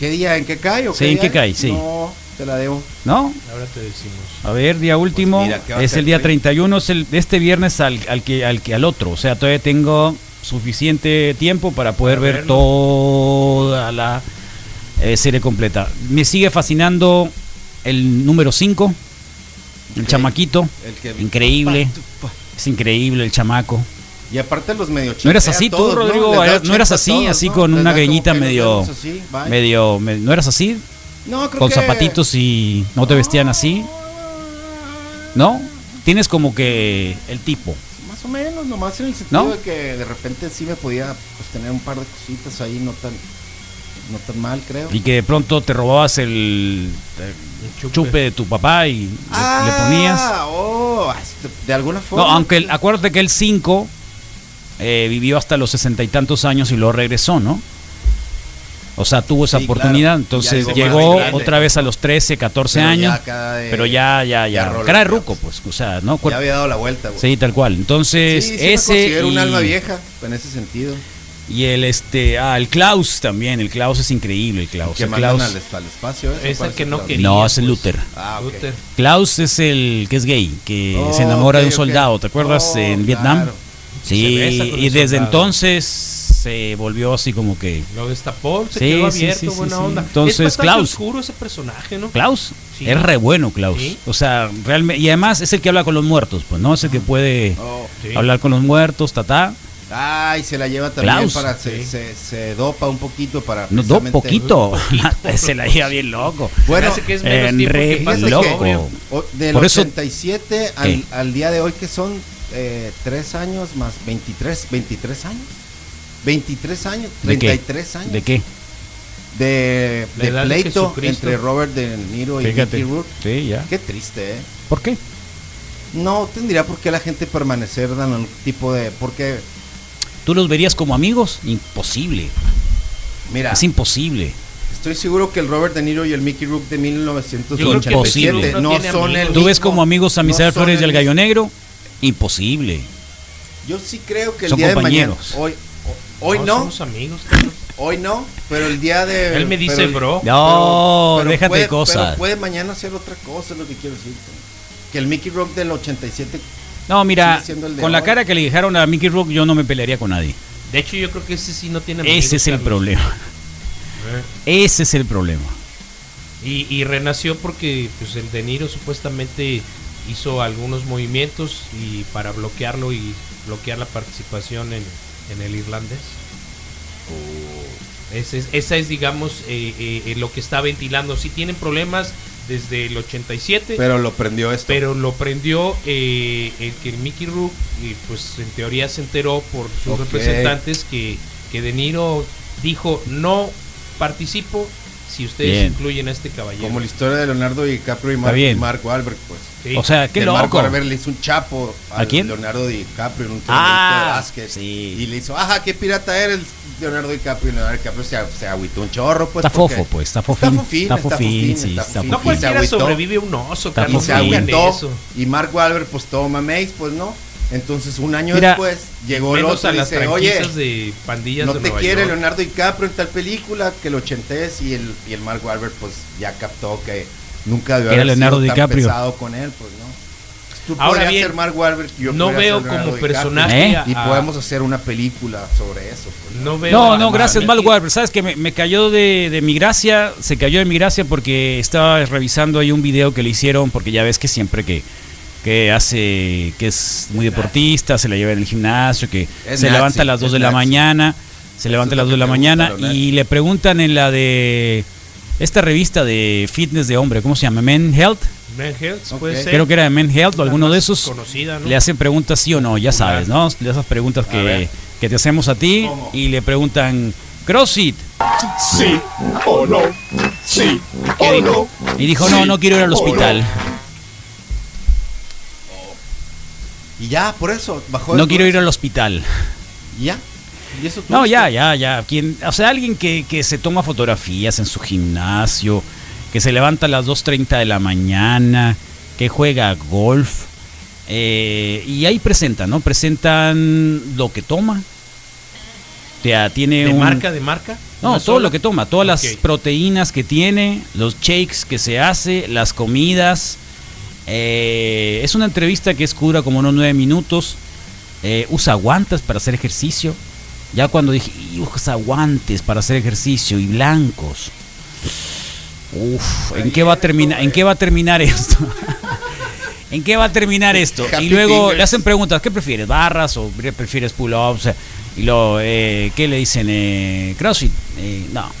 S3: ¿Qué día? ¿En qué cae? o
S1: Sí, ¿en
S3: día?
S1: qué cae? Sí.
S3: No, te la debo.
S1: ¿No?
S4: Ahora te decimos.
S1: A ver, día último.
S3: Pues mira, ¿qué va a
S1: es
S3: hacer
S1: el día
S3: hoy?
S1: 31, es el, este viernes al, al que, al que al otro. O sea, todavía tengo suficiente tiempo para poder
S4: Para
S1: ver
S4: verlo.
S1: toda la eh, serie completa. Me sigue fascinando el número 5, El chamaquito.
S3: El que-
S1: Increíble.
S3: Pa, tu, pa.
S1: Es increíble el chamaco.
S3: Y aparte los medio
S1: No eras
S3: chapea
S1: así
S3: a
S1: tú,
S3: todos, ¿no?
S1: Rodrigo.
S3: Les da
S1: eras- no eras
S3: chepa a
S1: así,
S3: todos,
S1: así
S3: ¿no?
S1: con
S3: Les da
S1: una
S3: como que
S1: greñita
S3: nos
S1: medio.
S3: vemos así, bye.
S1: medio. me- ¿No eras así?
S3: No, creo
S1: Con
S3: que-
S1: zapatitos y no te vestían así. ¿No? Tienes como que el tipo.
S3: Más o menos, nomás en el sentido
S1: ¿No?
S3: de que de repente sí me podía pues, tener un par de cositas ahí, no tan, no tan mal, creo.
S1: Y que de pronto te robabas el, el
S4: chupe.
S1: chupe. de tu papá y le-
S3: Ah,
S1: le ponías.
S3: oh, así te- de alguna forma.
S1: No, aunque el- acuérdate que el 5 eh, vivió hasta los sesenta y tantos años y luego regresó, ¿no? O sea, tuvo esa
S3: Sí,
S1: oportunidad,
S3: claro.
S1: entonces
S3: Ya llegó
S1: llegó
S3: más grande.
S1: otra vez a los 13, 14
S3: Pero ya
S1: años,
S3: acá de-
S1: pero ya, ya,
S3: ya
S1: ya,
S3: rola,
S1: cara de
S3: ya,
S1: ruco,
S3: pues.
S1: pues, o sea, ¿no?
S3: Ya había dado la vuelta, güey.
S1: Sí, tal cual. Entonces,
S3: Sí, sí me
S1: ese
S3: considero un
S1: y-
S3: alma vieja en ese sentido.
S1: y el este, ah, el Klaus también, el Klaus es increíble, el Klaus.
S3: que
S1: el
S3: mandan
S1: Klaus-
S3: al, esp- al espacio. ¿eh? ¿eso?
S4: Es
S3: ¿Cuál
S4: el que
S3: el
S4: no
S3: plan?
S4: quería.
S1: no, es el
S4: pues.
S1: Luther.
S3: Ah, ok.
S4: Luther.
S1: Klaus es el que es gay, que
S3: Oh,
S1: se enamora de
S3: ok,
S1: un
S3: ok.
S1: soldado, ¿te acuerdas?
S3: Oh,
S1: en Vietnam.
S3: claro.
S4: Se
S1: Sí,
S4: besa con
S1: y
S4: el
S1: desde
S4: soldado.
S1: entonces se volvió así como que
S4: Lo destapó,
S1: Sí,
S4: se quedó
S1: sí,
S4: abierto,
S1: sí, sí,
S4: buena
S1: sí.
S4: onda.
S1: Entonces,
S4: es bastante
S1: Klaus.
S4: oscuro ese personaje, ¿no?
S1: Klaus
S4: Sí.
S1: es re bueno Klaus.
S4: Sí.
S1: O sea, realmente y además es el que habla con los muertos, pues no es el que puede
S3: Oh.
S4: Sí.
S1: hablar con los muertos, tatá.
S3: Ay, se la lleva también
S1: Klaus.
S3: para se,
S4: Sí.
S3: se, se dopa un poquito para
S1: No, do
S3: precisamente-
S1: poquito, (laughs) se la lleva bien loco.
S3: Bueno,
S4: Hace que es menos
S1: en
S4: tiempo
S1: re-
S4: que
S3: fíjate
S4: pasa
S3: que
S1: loco.
S3: o- Oh, del
S1: Por eso-
S3: 87
S1: ¿Qué?
S3: al, al día de hoy que son 3 años más 23, 23 años. 23 años,
S1: ¿De qué?
S3: 33 años.
S1: ¿De qué?
S3: de,
S4: La
S3: de
S4: edad de
S3: pleito
S4: Jesucristo.
S3: entre Robert De Niro y Mickey Rourke.
S1: Sí, ya.
S3: Qué triste, ¿eh?
S1: ¿Por qué?
S3: No tendría por qué la gente permanecer dando un tipo de... Porque,
S1: ¿Tú los verías como amigos? Imposible.
S3: mira,
S1: Es imposible.
S3: estoy seguro que el Robert De Niro y el Mickey Rourke
S1: Yo
S3: de
S1: creo que
S3: 1987
S1: Mickey Rourke
S4: no
S3: no
S4: tiene
S3: son
S4: amigos.
S3: el
S1: ¿Tú ves
S3: mismo-
S1: como amigos a
S3: no
S1: Misael
S3: son
S1: Flores y
S3: el
S1: al Gallo
S3: mismo-
S1: Negro? Imposible.
S3: Yo sí creo que el
S1: Son
S3: día
S1: compañeros.
S3: de mañana... Hoy, hoy hoy no,
S4: Somos amigos, Carlos.
S3: hoy no, pero el día de...
S4: Él me dice,
S3: pero el-
S4: bro.
S1: No, déjate
S3: puede,
S1: cosas.
S3: Pero puede mañana ser otra cosa, es lo que quiero decir. Que el Mickey Rourke del 87...
S1: No, mira,
S3: Sigue siendo el de
S1: con la
S3: ahora.
S1: cara que le dejaron a Mickey Rock yo no me pelearía con nadie.
S4: De hecho, yo creo que ese sí no tiene amigos.
S1: Ese es el
S4: Carlos.
S1: problema.
S4: Eh,
S1: Ese es el problema.
S4: Y, y renació porque pues, el De Niro supuestamente hizo algunos movimientos y para bloquearlo y bloquear la participación en, en el irlandés. Ese es- esa es, digamos, eh, eh, eh, lo que está ventilando. Sí tienen problemas desde el 87, pero,
S3: lo prendió esto.
S4: lo prendió eh, el que el Mickey Rook, y pues en teoría se enteró por sus
S3: Ok.
S4: representantes que, que De Niro dijo, no participo si ustedes
S1: Bien.
S4: incluyen a este caballero.
S3: Como la historia de Leonardo DiCaprio y,
S1: Está
S3: Mar-
S1: bien.
S3: y Marco Albert, pues.
S4: Sí.
S1: O sea, qué
S3: que
S1: loco.
S3: Marco Albert le hizo un chapo
S1: ¿A quién?
S3: Leonardo DiCaprio en un torneo
S1: Ah,
S3: de básquet.
S1: sí.
S3: Y le hizo, ajá, qué pirata eres Leonardo DiCaprio. Y Leonardo DiCaprio se, se agüitó un chorro, pues.
S1: Está
S3: porque-
S1: fofo, pues, está
S3: Está
S1: fofín,
S3: fofín,
S1: está fofín, sí,
S3: está
S1: está
S3: fofín.
S1: fofín.
S4: No
S3: Se
S4: cualquiera
S3: agüitó,
S4: sobrevive un oso,
S1: Está
S3: Y
S4: Carlos.
S3: se
S1: fofín.
S4: hagan
S3: agüitó.
S4: eso.
S3: Y Marco Albert, pues toma maíz, pues no. Entonces, un año
S1: Mira,
S3: después, llegó el
S4: Menos
S3: otro y
S4: a
S3: le
S4: las
S3: dice, oye.
S4: franquicias de pandillas
S3: No
S4: de
S3: te
S4: Nueva
S3: quiere
S4: York.
S3: Leonardo DiCaprio en tal película que el 80 es y el, y el Marco Albert pues ya captó que nunca debió
S1: Era
S3: haber
S1: Leonardo
S3: sido tan
S1: DiCaprio.
S3: pesado con él, pues no. Tú
S4: Ahora
S3: podrías
S4: bien,
S3: ser Mark Wahlberg, yo
S4: no
S3: podría
S4: veo
S3: ser Leonardo
S4: como
S3: DiCaprio,
S4: personaje
S1: ¿Eh?
S4: a-
S3: Y podemos hacer una película sobre eso. pues, ¿no?
S4: No veo
S1: No,
S4: a-
S1: no,
S4: a-
S1: gracias,
S4: a-
S1: Mal Warber. Sabes que me, me cayó de, de mi gracia, se cayó de mi gracia porque estaba revisando ahí un video que le hicieron, porque ya ves que siempre que, que hace, que es muy deportista, se la lleva en el gimnasio, que
S3: Es
S1: se
S3: nazi,
S1: levanta a las
S3: es
S1: 2 de la
S3: nazi.
S1: mañana, se
S3: Eso
S1: levanta a
S3: es
S1: las 2
S3: lo
S1: de
S3: que
S1: la
S3: te gusta,
S1: mañana
S3: lo
S1: y le preguntan en la de esta revista de fitness de hombre, ¿cómo se llama? Men Health.
S4: Men Health,
S3: Ok.
S4: puede ser.
S1: Creo que era de Men Health o
S4: Una
S1: alguno de
S4: más
S1: esos.
S4: pues, conocida, ¿no?
S1: Le hacen preguntas sí o no, ya sabes, ¿no? De esas preguntas
S3: A
S1: que,
S3: ver.
S1: que te hacemos a ti
S3: ¿Cómo?
S1: y le preguntan, CrossFit.
S2: Sí o no. Sí
S1: ¿Qué
S2: o
S1: dijo?
S2: no.
S1: Y dijo, no,
S2: Sí
S1: no quiero ir al
S2: o
S1: hospital.
S3: Y ya, por eso, bajó
S1: No
S3: el-
S1: quiero ir al hospital.
S3: ¿Y ya? ¿Y eso tú?
S1: No, ya, ya, ya. Quien, o sea, alguien que, que se toma fotografías en su gimnasio, que se levanta a las 2.30 de la mañana, que juega golf. eh, y ahí presentan, ¿no? Presentan lo que toma. O sea, tiene
S4: ¿De
S1: un...
S4: marca, de marca?
S1: No,
S4: ¿Una
S1: todo
S4: sola?
S1: lo que toma, todas las
S4: Ok.
S1: proteínas que tiene, los shakes que se hace, las comidas. Eh, es una entrevista que es cura como unos nueve minutos. Eh, usa guantes para hacer ejercicio. Ya cuando dije, "Y usa guantes para hacer ejercicio y blancos. Uf, ¿en qué va a terminar? ¿En qué va a terminar esto? (laughs) ¿En qué va a terminar esto?
S3: Happy
S1: y luego
S3: fingers.
S1: le hacen preguntas, ¿qué prefieres? ¿Barras o pre- prefieres pull-ups? Y luego, eh, ¿qué le dicen? Eh, ¿Crossfit? Eh, no,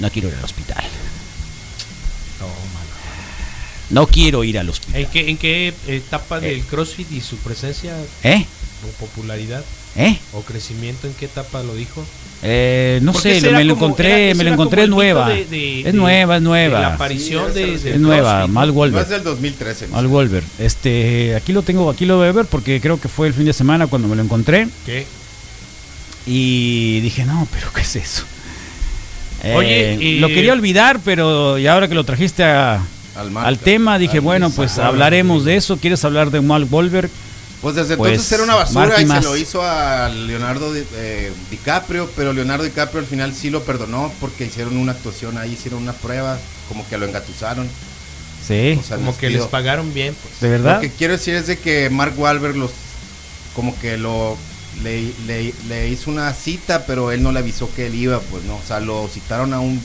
S1: no quiero ir al hospital. No quiero ir al hospital.
S4: ¿En qué, ¿En qué etapa del CrossFit y su presencia
S1: ¿Eh?
S4: o popularidad
S1: ¿Eh?
S4: o crecimiento, en qué etapa lo dijo?
S1: Eh, no
S4: Porque
S1: sé,
S4: ese
S1: lo-
S4: era
S1: me lo
S4: como-
S1: encontré,
S4: era- ese
S1: me lo
S4: era como
S1: encontré
S4: el mito
S1: nueva.
S4: de- de-
S1: es
S4: de-
S1: nueva, es
S4: de la
S1: nueva.
S4: aparición
S3: Sí,
S4: de,
S3: es
S4: del
S1: es nueva,
S4: CrossFit.
S1: Mal
S3: No
S1: Wolver.
S3: es del 2013.
S1: Mal Wolver. Este, aquí lo tengo, aquí lo voy a ver porque creo que fue el fin de semana cuando me lo encontré
S4: ¿Qué?
S1: y dije, no, pero ¿qué es eso? Eh,
S4: Oye, y-
S1: lo quería olvidar, pero y ahora que lo trajiste a-
S3: Al, marca,
S1: al tema, dije,
S3: al
S1: bueno,
S3: mensaje.
S1: pues hablaremos de eso. ¿Quieres hablar de Mal Wolver?
S3: Pues desde
S1: Pues,
S3: entonces era una basura
S1: Marty
S3: y
S1: más.
S3: se lo hizo a Leonardo Di- eh, DiCaprio, pero Leonardo DiCaprio al final sí lo perdonó porque hicieron una actuación ahí, hicieron una prueba, como que lo engatusaron.
S1: Sí,
S3: o sea,
S4: Como
S3: les
S4: que
S3: dio.
S4: les pagaron bien, pues.
S1: de verdad.
S3: Lo que quiero decir es de que Mark Wahlberg los como que lo le, le- le hizo una cita, pero él no le avisó que él iba, pues no, o sea, lo citaron a un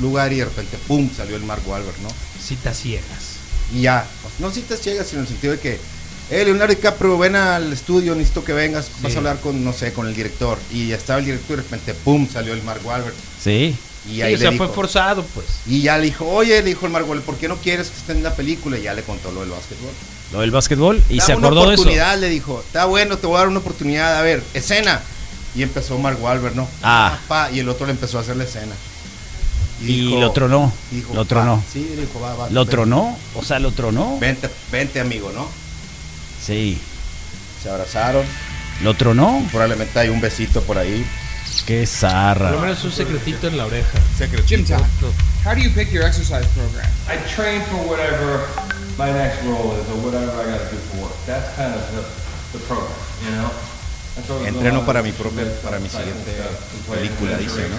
S3: lugar y de repente pum, salió el Mark Wahlberg, ¿no?
S4: Citas ciegas.
S3: Y ya, pues, no citas ciegas, sino en el sentido de que, eh, Leonardo DiCaprio, ven al estudio, necesito que vengas, vas
S4: Sí.
S3: a hablar con, no sé, con el director. Y ya estaba el director y de repente, pum, salió el Mark Wahlberg.
S1: Sí.
S3: Y
S4: Sí,
S3: ahí
S4: o
S3: le
S4: sea,
S3: dijo-
S4: fue forzado, pues.
S3: Y ya le dijo, oye, le dijo el Mark Wahlberg, ¿por qué no quieres que esté en la película? Y ya le contó lo del básquetbol.
S1: Lo del básquetbol y
S3: Dame
S1: se
S3: una
S1: acordó de eso.
S3: oportunidad, le dijo, está bueno, te voy a dar una oportunidad, a ver, escena. Y empezó Mark Wahlberg, ¿no?
S1: Ah.
S3: pa, y el otro le empezó a hacer la escena.
S1: Y lo tronó,
S3: dijo,
S1: lo
S3: "Va".
S1: tronó.
S3: Sí, le dijo, va, va.
S1: Lo
S3: ven-
S1: tronó, o sea, lo tronó.
S3: Vente, vente, amigo, ¿no?
S1: Sí.
S3: Se abrazaron.
S1: Lo tronó.
S3: Probablemente hay un besito por ahí.
S1: Qué
S4: Por lo
S1: zarra.
S4: menos un secretito en la oreja.
S5: Gym Talk. How do you pick your exercise program? I train for whatever my next role is or whatever I got to do for work. That's kind of the, the program, you know? That's what we're
S3: Entreno
S5: going
S3: para
S5: on.
S3: mi propia, para mi siguiente película, dice, ¿no?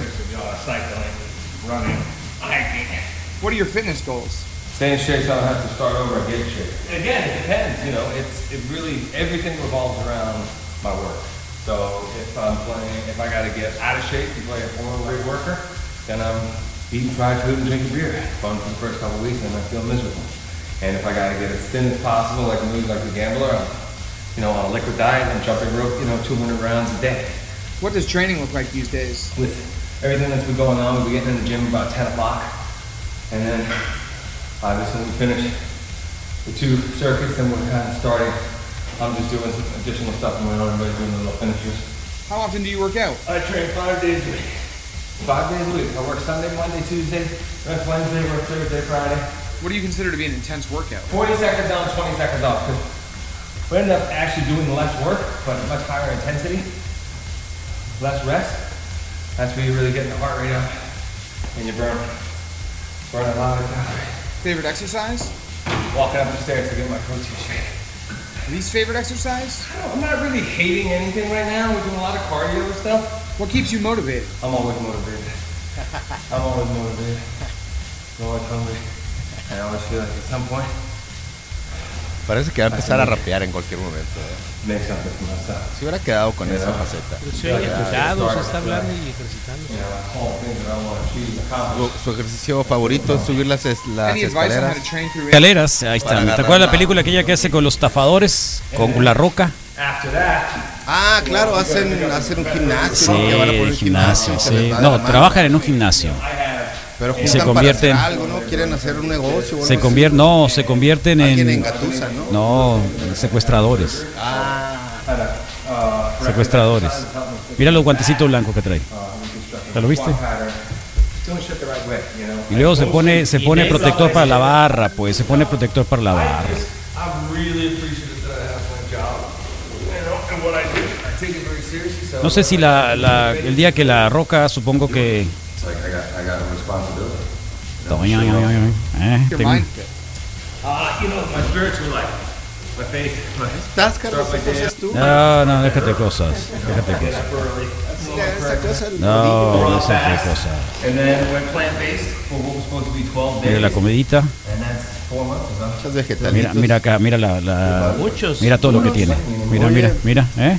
S5: What are your fitness goals? Stay in shape so I don't have to start over and get in shape. Again, it depends, you know, it's, it really, everything revolves around my work. So if I'm playing, if I gotta get out of shape to play a former grade worker, then I'm eating fried food and drinking beer. Fun for the first couple of weeks and then I feel miserable. And if I gotta get as thin as possible, like a move like the gambler, I'm, you know, on a liquid diet, I'm jumping rope, you know, 200 rounds a day
S6: What does training look like these days?
S5: with everything that's been going on, we'll be getting in the gym about 10 o'clock. And then obviously we finish the two circuits, then we're kind of starting. I'm just doing some additional stuff on my own, everybody's doing the little finishers.
S6: How often do you work out?
S5: I train five days a week. Five days a week. I work Sunday, Monday, Tuesday, rest Wednesday, work Thursday, Friday.
S6: What do you consider to be an intense workout?
S5: 40 seconds on, 20 seconds off. 'cause We ended up actually doing less work, but much higher intensity, less rest. That's where you really get the heart rate up and you burn, burn a lot of calories.
S6: Favorite exercise?
S5: Walking up the stairs to get my protein shake.
S6: Least favorite exercise?
S5: I don't- I'm not really hating anything right now. We're doing a lot of cardio and stuff.
S6: What keeps you motivated?
S5: I'm always motivated. I'm always motivated. I'm always hungry. And I always feel like at some point,
S3: Parece que va a empezar a rapear en cualquier momento. ¿eh?
S5: make something for myself.
S3: Si hubiera quedado con esa faceta.
S4: Pero Pues, se oye escuchado, o sea, está hablando y ejercitándose.
S5: You know, I call things that I want to achieve, accomplish.
S3: Su, su ejercicio favorito es subir las, es- las
S6: Any advice on how
S3: escaleras.
S6: to train through it?
S1: Escaleras, ahí
S3: Para
S1: está. ¿Te
S3: agarrar
S1: acuerdas la
S3: la-
S1: película aquella que hace con los estafadores? Con la roca.
S5: After that,
S3: Ah, claro, hacen, hacen un gimnasio.
S1: Sí,
S3: ¿no? Que van a poner un
S1: gimnasio,
S3: y se
S1: sí.
S3: les va de la
S1: No,
S3: mano.
S1: trabajan en un gimnasio.
S3: Pero
S1: y se
S3: juntan para
S1: convierten-
S3: hacer algo, ¿no? Quieren hacer un negocio. o
S1: Se
S3: algo
S1: convierten, no, se convierten
S3: así. Alguien
S1: en...
S3: engatusa, ¿no?
S1: No, en secuestradores.
S5: uh,
S1: Secuestradores. Mira los guantecitos blancos que trae. ¿Te lo viste?
S5: doing shit the right way, you know.
S1: Y luego se pone, se pone protector para la barra, pues. Se pone protector para la barra.
S5: I'm really appreciative that I have my job, you know, and what I do. I take it very seriously, so.
S1: No sé si la, la- el día que la roca, supongo que...
S5: It's like I got, I got a responsibility.
S1: Eh,
S6: Your
S1: tengo-
S6: mind fit.
S5: Uh, you know, my spiritual life, my faith, my
S3: ¿Estás, Carlos?
S5: Pero, pues,
S3: ¿Eso es tú?
S1: No, no, déjate cosas. Déjate cosas.
S3: Esa cosa del
S1: No,
S3: rodillo.
S1: no sé qué cosa.
S5: And then went plant-based for what was supposed to be 12
S1: Mira
S5: days.
S1: la comidita.
S5: And that's four months ago.
S3: Muchas vegetales.
S1: Mira, mira acá, mira la, la-
S4: Muchos.
S1: Mira todo lo que tiene. Mira, mira, mira, ¿eh?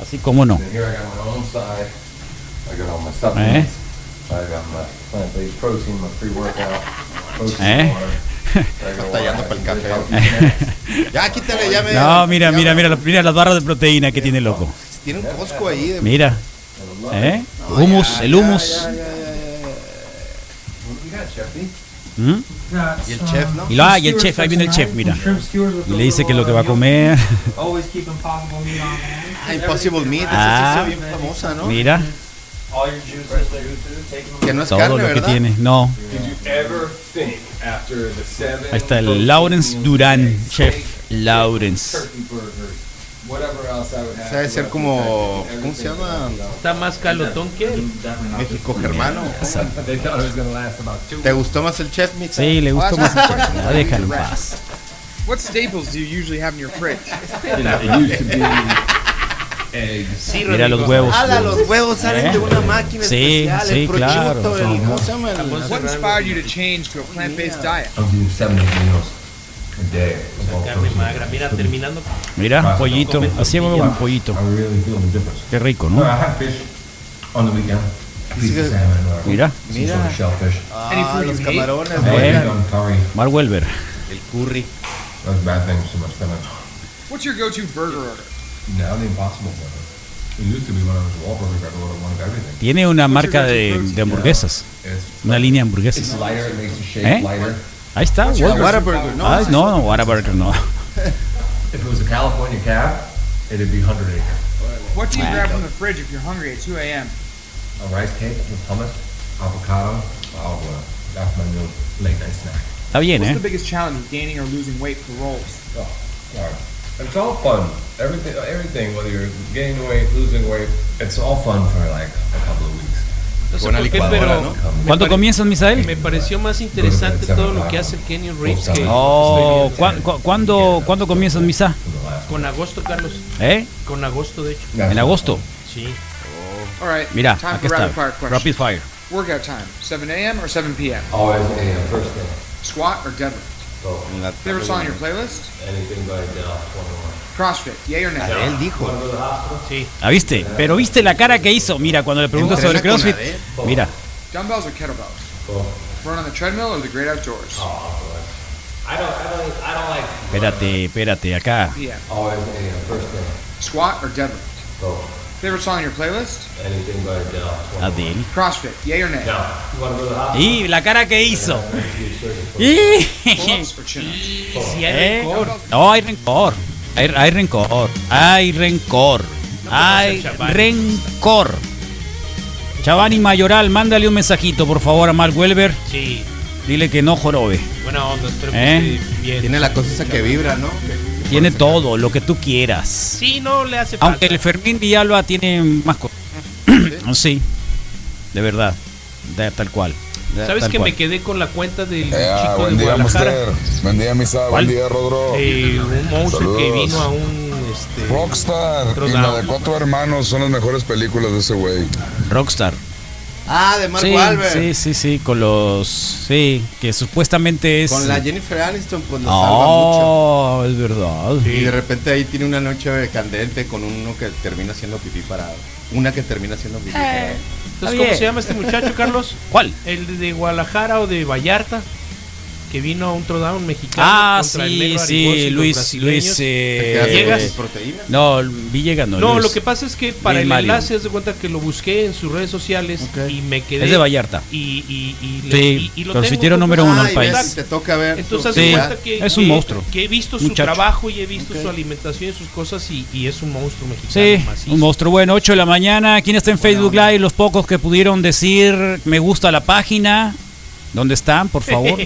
S1: Así como no. (laughs)
S5: And here I got my own side. I got all my
S1: Eh?
S5: supplements. I got my plant-based protein, my pre-workout,
S1: (laughs)
S5: protein
S1: Eh?
S5: bar,
S3: Está tallando para el café. Ya, quítale, ya me.
S1: No, mira,
S3: ya
S1: mira,
S3: me-
S1: mira, las- mira las barras de proteína que tiene loco.
S3: Tiene un cosco ahí. De...
S1: Mira. ¿Eh? Humus, el humus.
S3: Ya, ya, ya, ya,
S1: ¿Mm?
S3: ya. Y el chef, ¿no?
S1: Y lo, ah, y el chef, ahí viene el chef, mira. Y le dice que lo que va a comer. (laughs)
S5: Always keep impossible meat on hand.
S3: Ah, Impossible Meat,
S1: Ah.
S3: esa sí se ve bien famosa, ¿no?
S1: Mira,
S5: All your juices, juices, take them.
S3: Que no es
S1: todo
S3: carne,
S1: lo que
S3: ¿verdad?
S1: tiene. No,
S5: Did you ever think after the seven?
S1: ahí está el
S5: protein
S1: Lawrence Durán,
S5: steak,
S1: chef Lawrence.
S5: turkey burger, whatever else I would have
S3: O sea, debe
S5: to
S3: ser
S5: represent
S3: como.
S5: everything
S3: ¿Cómo se
S5: that
S3: llama?
S5: I've done.
S4: Está más calotón que él.
S3: México Germano.
S5: They thought it was gonna last about two.
S3: ¿Te gustó más el chef, Mitch?
S1: Sí, le gustó
S6: Well,
S1: más.
S6: that's not a
S1: No,
S6: question.
S1: déjalo en paz.
S6: What staples do you usually have in your fridge?
S5: It used to be eggs.
S4: Sí,
S1: Mira los
S4: Rodrigo.
S1: huevos.
S3: Ala, Ah, los huevos salen
S1: ¿Eh?
S3: de una máquina
S1: Sí,
S3: especial,
S1: sí,
S3: el prosciutto,
S1: claro,
S3: el-
S1: sí.
S3: ¿cómo se llama? El-
S5: Pues,
S6: What inspired you to change to a plant-based diet?
S5: I'm doing seventy meals a day. of all
S4: Carne
S5: protein.
S4: magra. Mira, terminando.
S1: Mira, pollito. Así es un pollito.
S5: I really feel the difference.
S1: Qué rico,
S5: No,
S1: ¿no?
S5: I have fish on the weekend. Piece of
S3: que-
S5: salmon or
S1: Mira,
S5: some sort of shellfish.
S6: Any
S3: Ah,
S6: food
S3: los
S6: you hate?
S3: camarones,
S1: Eh.
S5: I like
S3: güey.
S5: egg on curry.
S1: Mark Welber.
S3: El curry.
S5: Those bad things, so much better.
S6: What's your go-to burger order?
S5: Now the impossible burger. It used to be when I was a Wahlburger, I got a little one of everything.
S1: Tiene una marca de, de hamburguesas.
S5: It's,
S1: Una línea de
S5: it's
S1: hamburguesas.
S5: lighter, it makes the shape
S1: Eh?
S5: lighter.
S1: Ahí está, Whataburger.
S3: Whataburger, Ah, ¿no?
S1: Ay, no, Whataburger no.
S5: If it was a California cab, it'd be 100 acre.
S6: What do you grab from the fridge if you're hungry at 2 a.m.?
S5: A rice cake with hummus, avocado, olive oil. That's my new late night snack.
S1: Está bien,
S6: What's
S1: ¿eh?
S6: the biggest challenge with gaining or losing weight for roles?
S5: Sorry. It's Oh, all fun. Everything, everything, whether you're gaining weight, losing weight, it's all fun for like a couple of weeks.
S4: No sé
S3: Buena
S4: por qué,
S3: licuadora,
S4: pero
S3: ¿no?
S5: Come
S1: ¿Cuándo comienzas, Misael?
S4: me pareció más interesante todo lo que hace el Kenny Reeves que
S1: Oh, ¿cuá- cu- ¿cuándo, ¿cuándo comienzas, Misa?
S5: from the last.
S4: con agosto, Carlos.
S1: ¿Eh?
S4: Con agosto, de hecho.
S1: En agosto.
S4: Sí.
S6: All right,
S1: Mira,
S6: time
S1: aquí
S6: for rapid
S1: está.
S6: fire questions.
S1: Rapid Fire.
S6: Workout time, 7 a.m. or 7 p.m.?
S5: Always a first thing.
S6: Squat or deadlift?
S5: So
S3: En la-
S6: Favorite song on your playlist?
S5: anything by Adele, 21.
S6: CrossFit, yay or nay?
S3: Él dijo.
S1: ¿La Ah, viste? Pero viste la cara que hizo. Mira, cuando le preguntas sobre
S3: Entrena con
S1: CrossFit.
S3: Adele.
S1: Mira,
S6: Dumbbells or kettlebells? Run on the treadmill or the great outdoors?
S5: Oh. I don't, I don't, I don't like.
S1: espérate, espérate, acá.
S6: p.m.
S5: Always a first thing.
S6: Squat or deadlift?
S5: So
S6: Favorite song on your playlist?
S5: anything by Adele, 21.
S1: Adel.
S6: CrossFit, yay or nay?
S5: Now, you want to go to the hospital?
S1: Y la cara que hizo. Y...
S4: (laughs)
S6: Pull-ups or chin-ups?
S4: Sí,
S1: ¿Eh?
S4: hay rencor.
S1: No, hay rencor. Hay, hay rencor. Hay rencor. Hay rencor. Chavani Mayoral, mándale un mensajito, por favor, a Mark Welber.
S4: Sí.
S1: Dile que no jorobe.
S4: Buena onda. espero que
S1: ¿Eh?
S4: esté bien.
S3: Tiene la cosa esa que vibra, ¿no?
S1: Tiene todo lo que tú quieras.
S4: Sí, no le hace falta.
S1: Aunque el Fermín Villalba tiene más cosas. (clears throat) Sí, de verdad. De- tal cual. De-
S4: ¿Sabes
S1: tal
S4: que
S1: cual. Eh,
S4: me quedé con la cuenta del
S7: Ya,
S4: chico
S7: buen
S4: de
S7: día,
S4: Guadalajara?
S7: Mister. Buen día, Misa.
S4: ¿Cuál?
S7: Buen día, Rodro.
S4: Eh, un monstruo que
S7: Saludos.
S4: vino a un... Este,
S7: Rockstar
S4: Otro
S7: y la
S4: down.
S7: de Cuatro Hermanos son las mejores películas de ese güey.
S1: Rockstar.
S3: Ah, de Mark
S1: Sí,
S3: Wahlberg.
S1: sí, sí, sí, con los. Sí, que supuestamente es.
S3: Con la Jennifer Aniston, pues lo salva mucho.
S1: Oh, es verdad. Ah,
S3: Y de repente ahí tiene una noche candente con uno que termina haciendo pipí parado. Una que termina haciendo pipí parado.
S4: Entonces,
S1: Oye.
S4: ¿cómo se llama este muchacho, Carlos?
S1: (laughs) ¿Cuál?
S4: El de Guadalajara o de Vallarta, que vino a un throwdown mexicano.
S1: Ah,
S4: contra el
S1: sí,
S4: negro Arigozzi y
S1: sí,
S4: los
S1: Luis,
S4: brasileños.
S1: Luis.
S3: Te quedas
S1: Eh,
S3: con
S4: Villegas.
S3: tus proteínas.
S1: No, Villegas no.
S4: No,
S1: Luis.
S4: lo que pasa es que para
S1: Luis
S4: el
S1: Mario.
S4: enlace, haz de cuenta que lo busqué en sus redes sociales
S3: Ok.
S4: y me quedé.
S1: Es de Vallarta.
S4: Y, y, y, le-
S1: Sí,
S4: y- y lo tengo,
S1: transmitieron número
S4: entonces-
S1: uno
S3: Ah,
S1: al
S3: y
S1: país.
S3: ves, Te toca ver.
S4: Entonces,
S3: tu-
S4: haz de
S1: Sí,
S4: cuenta que,
S1: es un
S4: que-
S1: monstruo.
S4: Que he visto su
S1: Muchacho.
S4: trabajo y he visto
S3: Ok.
S4: su alimentación y sus cosas y, y es un monstruo mexicano.
S1: Sí,
S4: macizo.
S1: un monstruo. Bueno, 8 de la mañana. ¿Quién está en Facebook Live? Los pocos que pudieron decir me gusta la página. ¿Dónde están, por
S4: (laughs)
S1: favor?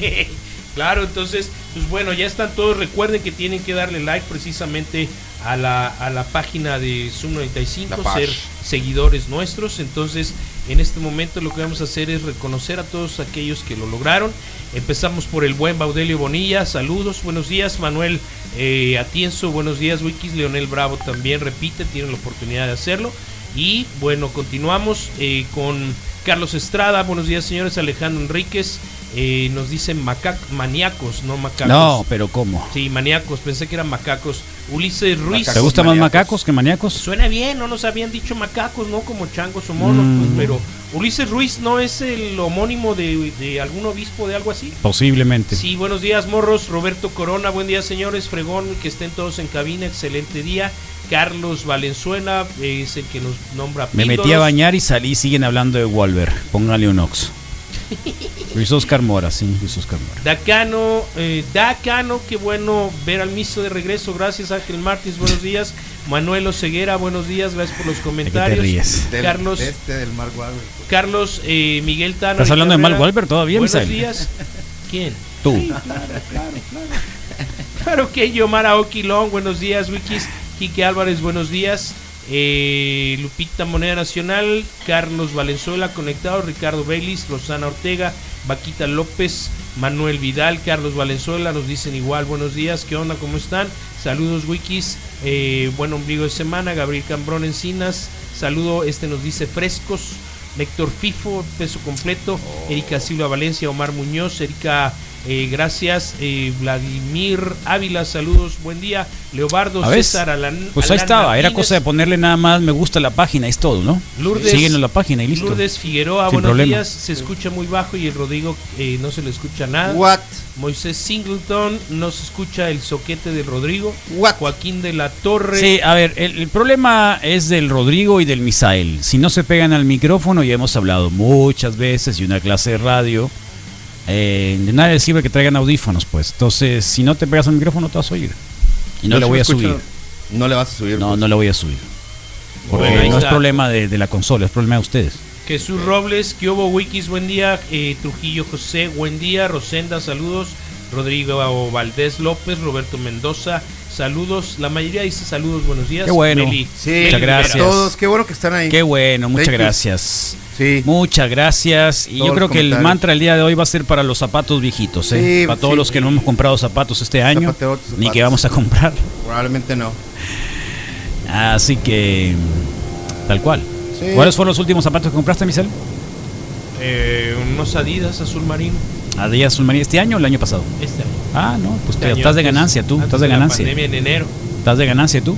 S4: claro, entonces, pues bueno, ya están todos. Recuerden que tienen que darle like precisamente a la, a la página de Zoom 95,
S3: La page.
S4: ser seguidores nuestros. Entonces, en este momento lo que vamos a hacer es reconocer a todos aquellos que lo lograron. Empezamos por el buen Baudelio Bonilla, saludos, buenos días, Manuel eh, Atienzo, buenos días, Wikis, Leonel Bravo también repite, tienen la oportunidad de hacerlo. Y bueno, continuamos eh, con Carlos Estrada, buenos días señores, Alejandro Enríquez, Eh, nos dicen macac maníacos, no macacos.
S1: No, pero ¿cómo?
S4: Sí, maníacos, pensé que eran macacos. Ulises Ruiz.
S1: ¿Te gustan más macacos que maníacos?
S4: Suena bien, no nos habían dicho macacos, ¿no? Como changos o monos, pues,
S1: Mm.
S4: pero Ulises Ruiz no es el homónimo de, de algún obispo de algo así.
S1: Posiblemente.
S4: Sí, buenos días, morros. Roberto Corona, buen día, señores. Fregón, que estén todos en cabina, excelente día. Carlos Valenzuela eh, es el que nos nombra.
S1: Me metí a
S4: píldoros.
S1: bañar y salí y siguen hablando de Wolver. Póngale un
S4: (laughs)
S1: ox. Luis Oscar Mora, sí, Luis Oscar Mora.
S4: Dacano, eh, Dacano, qué bueno ver al miso de regreso. Gracias, Ángel Martins, buenos días. Manuel Oseguera, buenos días, gracias por los comentarios.
S1: ríes?
S3: Del,
S4: Carlos,
S3: de este del Mark Wahlberg. pues.
S4: Carlos eh, Miguel Tano.
S1: ¿Estás hablando de
S4: Carrera,
S1: Mark Wahlberg todavía,
S4: Buenos
S1: Misael? (laughs)
S4: días. ¿Quién?
S1: Tú.
S4: Claro que Yomara Oquilón, buenos días, Wikis. Quique Álvarez, buenos días. Eh, Lupita Moneda Nacional, Carlos Valenzuela conectado, Ricardo Vélez, Rosana Ortega, Vaquita López, Manuel Vidal, Carlos Valenzuela, nos dicen igual, buenos días, ¿qué onda? ¿Cómo están? Saludos Wikis, eh, buen ombligo de semana, Gabriel Cambrón Encinas, saludo, este nos dice frescos, Héctor Fifo, peso completo, Erika Silva Valencia, Omar Muñoz, Erika, eh, gracias, eh, Vladimir Ávila, saludos, buen día, Leobardo
S1: ¿A ves?
S4: César Alan.
S1: Pues ahí
S4: Alan
S1: estaba, era
S4: Martínez,
S1: cosa de ponerle nada más me gusta a la página, es todo, ¿no?
S4: Lourdes-
S1: Síguenos la página y listo.
S4: Lourdes Figueroa,
S1: Sin
S4: buenos
S1: problema.
S4: días, se escucha muy bajo y el Rodrigo eh, no se le escucha nada.
S3: What?
S4: Moisés Singleton, no se escucha el soquete de Rodrigo.
S3: What?
S4: Joaquín de la Torre.
S1: Sí, a ver, el, el problema es del Rodrigo y del Misael. Si no se pegan al micrófono, ya hemos hablado muchas veces y una clase de radio, eh, de nada les sirve que traigan audífonos, pues. Entonces, si no te pegas al micrófono, te vas a oír. Y no
S3: Yo
S1: lo
S3: sí
S1: voy
S3: lo
S1: a
S3: escucho.
S1: subir.
S3: No le vas a subir.
S1: No,
S3: pues.
S1: no lo voy a subir. Porque
S4: Bueno, ahí
S1: no es
S4: está.
S1: problema de, de la consola, es problema de ustedes.
S4: Jesús Robles, Kiobo Wikis, buen día. Eh, Trujillo José, buen día. Rosenda, saludos. Rodrigo Valdés López, Roberto Mendoza, saludos. La mayoría dice saludos, buenos días.
S1: Qué bueno.
S4: Meli-
S3: Sí,
S4: Meli
S1: muchas
S4: Rivera.
S1: gracias.
S3: Todos, qué bueno que están ahí.
S1: Qué bueno, muchas
S3: Thank you.
S1: gracias.
S3: Sí.
S1: Muchas gracias. Y
S3: Todos
S1: yo creo
S3: los
S1: que el
S3: comentarios.
S1: mantra del día de hoy va a ser para los zapatos viejitos, ¿eh?
S3: Sí,
S1: para todos
S3: sí.
S1: los que no hemos comprado zapatos este año,
S3: Zapatero tus
S1: ni que
S3: zapatos.
S1: vamos a comprar.
S3: Probablemente no.
S1: Así que, mm, tal cual.
S3: Sí.
S1: ¿Cuáles fueron los últimos zapatos que compraste, Michel?
S4: Eh, unos Adidas azul marino.
S1: ¿A día azul marino este año o el año pasado?
S4: Este año.
S1: Ah, no, pues
S4: Este
S1: te-
S4: año,
S1: estás de
S4: antes-
S1: ganancia tú,
S4: antes
S1: estás de
S4: la
S1: ganancia.
S4: pandemia en enero.
S1: Estás de ganancia tú,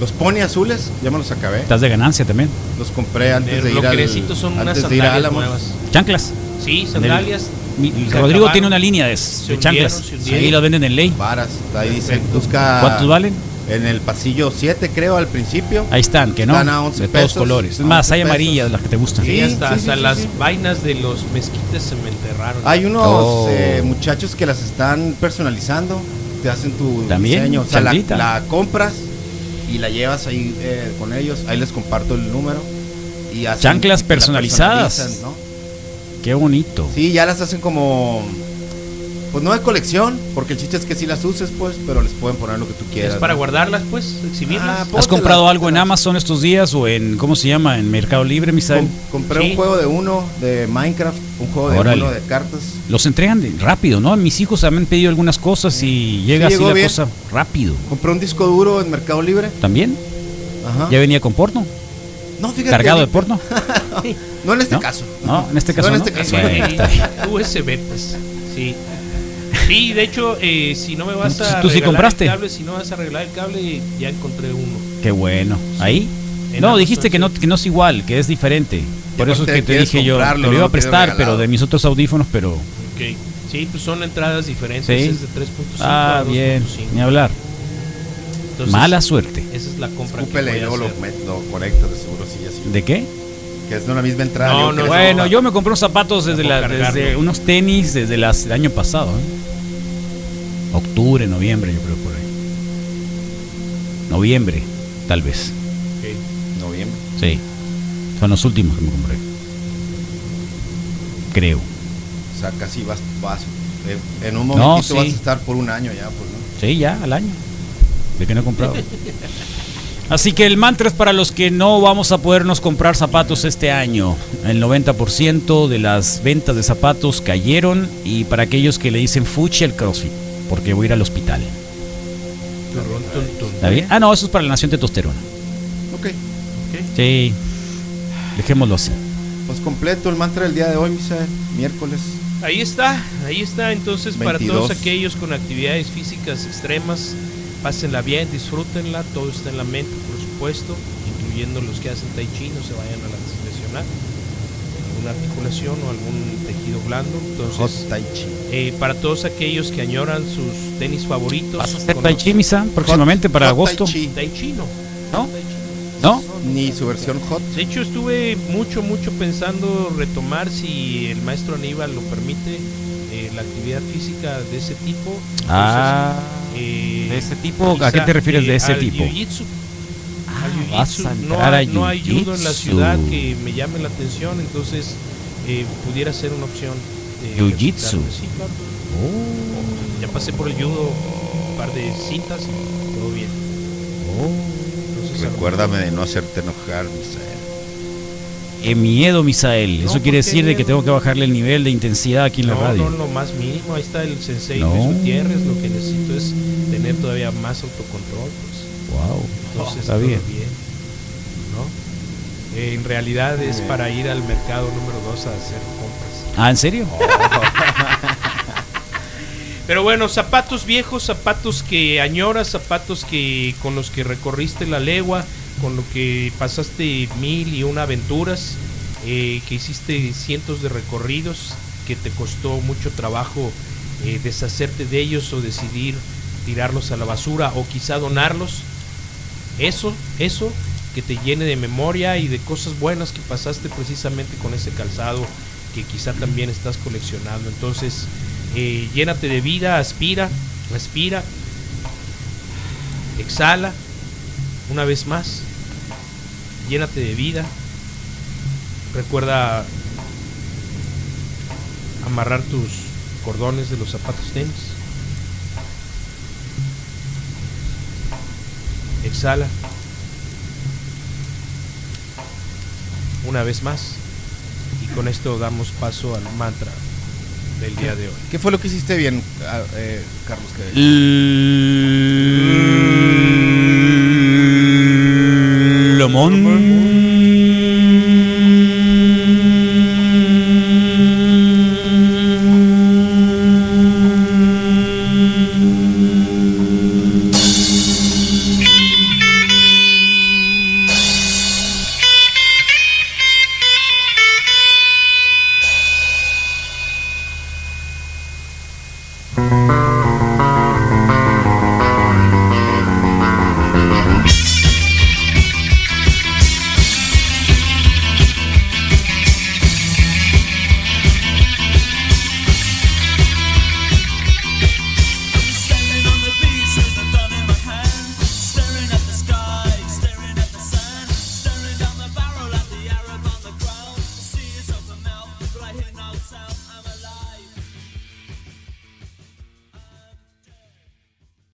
S3: Los pony azules, ya me los acabé.
S1: estás de ganancia también.
S3: Los compré antes
S4: Enero.
S3: de ir
S4: Lo que
S3: al
S4: necesito son unas
S3: antes de ir a
S4: sandalias
S3: Álamos.
S4: nuevas.
S1: Chanclas.
S4: Sí, sandalias.
S1: Mi-
S4: Se
S1: Rodrigo
S4: acabaron.
S1: tiene una línea de, de
S4: hundieron,
S1: chanclas.
S4: se hundieron.
S1: Ahí los venden en ley.
S3: Varas, ahí dicen, busca
S1: ¿Cuántos valen?
S3: en el pasillo 7 creo al principio.
S1: Ahí están, que no.
S3: Están a 11
S1: de todos
S3: pesos,
S1: colores. Es
S3: a
S1: más,
S3: 11
S1: hay
S3: pesos.
S1: amarillas de las que te gustan.
S4: Sí,
S3: Sí,
S4: hasta,
S3: sí, sí,
S4: hasta
S3: sí,
S4: las
S3: sí.
S4: vainas de los mezquites se me enterraron.
S3: Hay unos
S1: Oh.
S3: eh, muchachos que las están personalizando, te hacen tu
S1: También,
S3: diseño, o sea, la,
S1: chambita.
S3: la compras y la llevas ahí eh, con ellos, ahí les comparto el número. Y hacen-
S1: Chanclas
S3: y te la
S1: personalizadas.
S3: personalizan, ¿no?
S1: Qué bonito.
S3: Sí, ya las hacen como, pues no de colección, porque el chiste es que si las uses, pues, pero les pueden poner lo que tú
S4: es
S3: quieras.
S4: para
S3: ¿no?
S4: guardarlas, pues, exhibirlas.
S3: Ah,
S1: ¿Has
S3: póntelas,
S1: comprado algo en
S3: póntelas.
S1: Amazon estos días o en, ¿cómo se llama? En Mercado Libre, Misael.
S3: Com- compré
S4: Sí.
S3: un juego de uno de Minecraft, un juego de
S1: Órale.
S3: uno de cartas.
S1: Los entregan de- rápido, ¿no? Mis hijos también han pedido algunas cosas y llega así
S3: llegó
S1: la
S3: bien.
S1: cosa rápido.
S3: Compré un disco duro en Mercado Libre.
S1: ¿También?
S3: Ajá.
S1: ¿Ya venía con porno?
S3: No, fíjate,
S1: ¿Cargado de
S3: ahorita- (laughs)
S1: porno?
S3: No en este
S1: ¿No?
S3: caso.
S1: No, en este caso
S3: No,
S1: no.
S3: en este caso.
S1: Bueno, está bien.
S4: USB, pues. Sí. Sí, de hecho, eh, si no me vas
S1: Tú-
S4: a
S1: tú sí
S4: regalar
S1: compraste.
S4: el cable, si no vas a arreglar el cable, ya encontré uno.
S1: Qué bueno. ¿Ahí?
S4: En
S1: No,
S4: Amazon,
S1: dijiste que no, que no es igual, que es diferente. Por eso es que
S3: aparte
S1: te
S3: quieres
S1: dije yo, te
S3: comprarlo,
S1: lo
S3: no
S1: iba a
S3: lo quieres
S1: prestar, pero
S3: regalado.
S1: de mis otros audífonos, pero...
S4: Ok. Sí, pues son entradas diferentes,
S1: Sí.
S4: es de 3.5
S1: Ah,
S4: a
S1: bien,
S4: 2.5.
S1: ni hablar.
S4: Entonces,
S1: Mala suerte.
S4: Esa es la compra
S3: Escúpele y
S4: que
S3: luego
S4: voy a
S3: lo,
S4: hacer.
S3: met- lo conecto, de seguro sí, así.
S1: ¿De qué?
S3: Que es de la misma entrada.
S4: No,
S3: digo,
S4: no,
S3: que les-
S1: Bueno, yo me compré unos zapatos desde,
S4: Tampoco
S1: la-
S4: cargarlo.
S1: desde unos tenis desde las- el año pasado. ¿eh? Octubre, noviembre, yo creo por ahí. Noviembre, tal vez.
S3: Noviembre.
S1: Sí. Son los últimos que me compré. Creo.
S3: O sea, casi vas, vas eh, en un
S1: No,
S3: momentito
S1: sí.
S3: vas a estar por un año ya, pues, ¿no?
S1: Sí, ya, al año. ¿De qué no he comprado? Así que el mantra es para los que no vamos a podernos comprar zapatos este año. El 90% de las ventas de zapatos cayeron y para aquellos que le dicen fuchi el CrossFit, porque voy a ir al hospital.
S4: Turrón, tun, tun.
S1: ¿Está bien? Ah, no, eso es para la nación testosterona.
S3: Ok,
S1: Sí. Dejémoslo así.
S3: pues completo el mantra del día de hoy, misa, miércoles.
S4: Ahí está, ahí está. Entonces, para
S3: 22.
S4: todos aquellos con actividades físicas extremas, pásenla bien, disfrútenla. Todo está en la mente, por supuesto, incluyendo los que hacen tai chi, no se vayan a la- lesionar alguna articulación o algún tejido blando. Entonces,
S3: Hot pues, Tai Chi.
S4: eh, para todos aquellos que añoran sus tenis favoritos,
S1: ¿Vas a hacer
S4: con-
S1: Tai Chi, Misa, próximamente para
S3: Hot Tai
S1: agosto?
S3: Chi,
S4: Tai Chi no.
S1: ¿No?
S4: Tai Chi
S1: ¿No?
S3: Ni su versión hot.
S4: De hecho, estuve mucho, mucho pensando retomar, si el maestro Aníbal lo permite, eh, la actividad física de ese tipo. Entonces,
S1: Ah,
S4: eh,
S1: ¿de ese tipo?
S4: quizá, eh,
S1: ¿A qué te refieres de ese
S4: al
S1: tipo? Ah,
S4: jiu-jitsu. Al jiu-jitsu.
S1: vas a
S4: no,
S1: entrar
S4: hay-
S1: a
S4: no hay judo en la
S1: jiu-jitsu.
S4: ciudad que me llame la atención, entonces eh, pudiera ser una opción. eh,
S1: Jiu-jitsu.
S4: practicarlo. Sí, claro. Ya pasé por el judo, un par de cintas, todo bien.
S1: Oh,
S4: Entonces, a lo
S3: Recuérdame de no hacerte enojar, Misael.
S1: Qué miedo, Misael.
S4: No,
S1: Eso quiere
S4: ¿por qué
S1: decir de que
S4: miedo?
S1: tengo que bajarle el nivel de intensidad aquí en la
S4: no,
S1: radio.
S4: No, lo más mínimo. Ahí está el sensei
S1: No.
S4: Luis Gutiérrez. Lo que necesito es tener todavía más autocontrol. Pues.
S1: Wow.
S4: Entonces,
S1: Oh, está
S4: todo
S1: bien.
S4: ¿no? Eh, en realidad es para ir al mercado número 2 a hacer compras.
S1: Ah, ¿en serio?
S4: Pero bueno, zapatos viejos, zapatos que añoras, zapatos que con los que recorriste la legua, con lo que pasaste mil y una aventuras, eh, que hiciste cientos de recorridos, que te costó mucho trabajo eh, deshacerte de ellos o decidir tirarlos a la basura o quizá donarlos. Eso, eso que te llene de memoria y de cosas buenas que pasaste precisamente con ese calzado que quizá también estás coleccionando. Entonces, eh, llénate de vida, aspira, respira, exhala, una vez más, llénate de vida, recuerda amarrar tus cordones de los zapatos tenis. Exhala. Una vez más. Y con esto damos paso al mantra del día de hoy.
S3: ¿Qué fue lo que hiciste bien, ah, eh, Carlos? que-
S1: Lomón.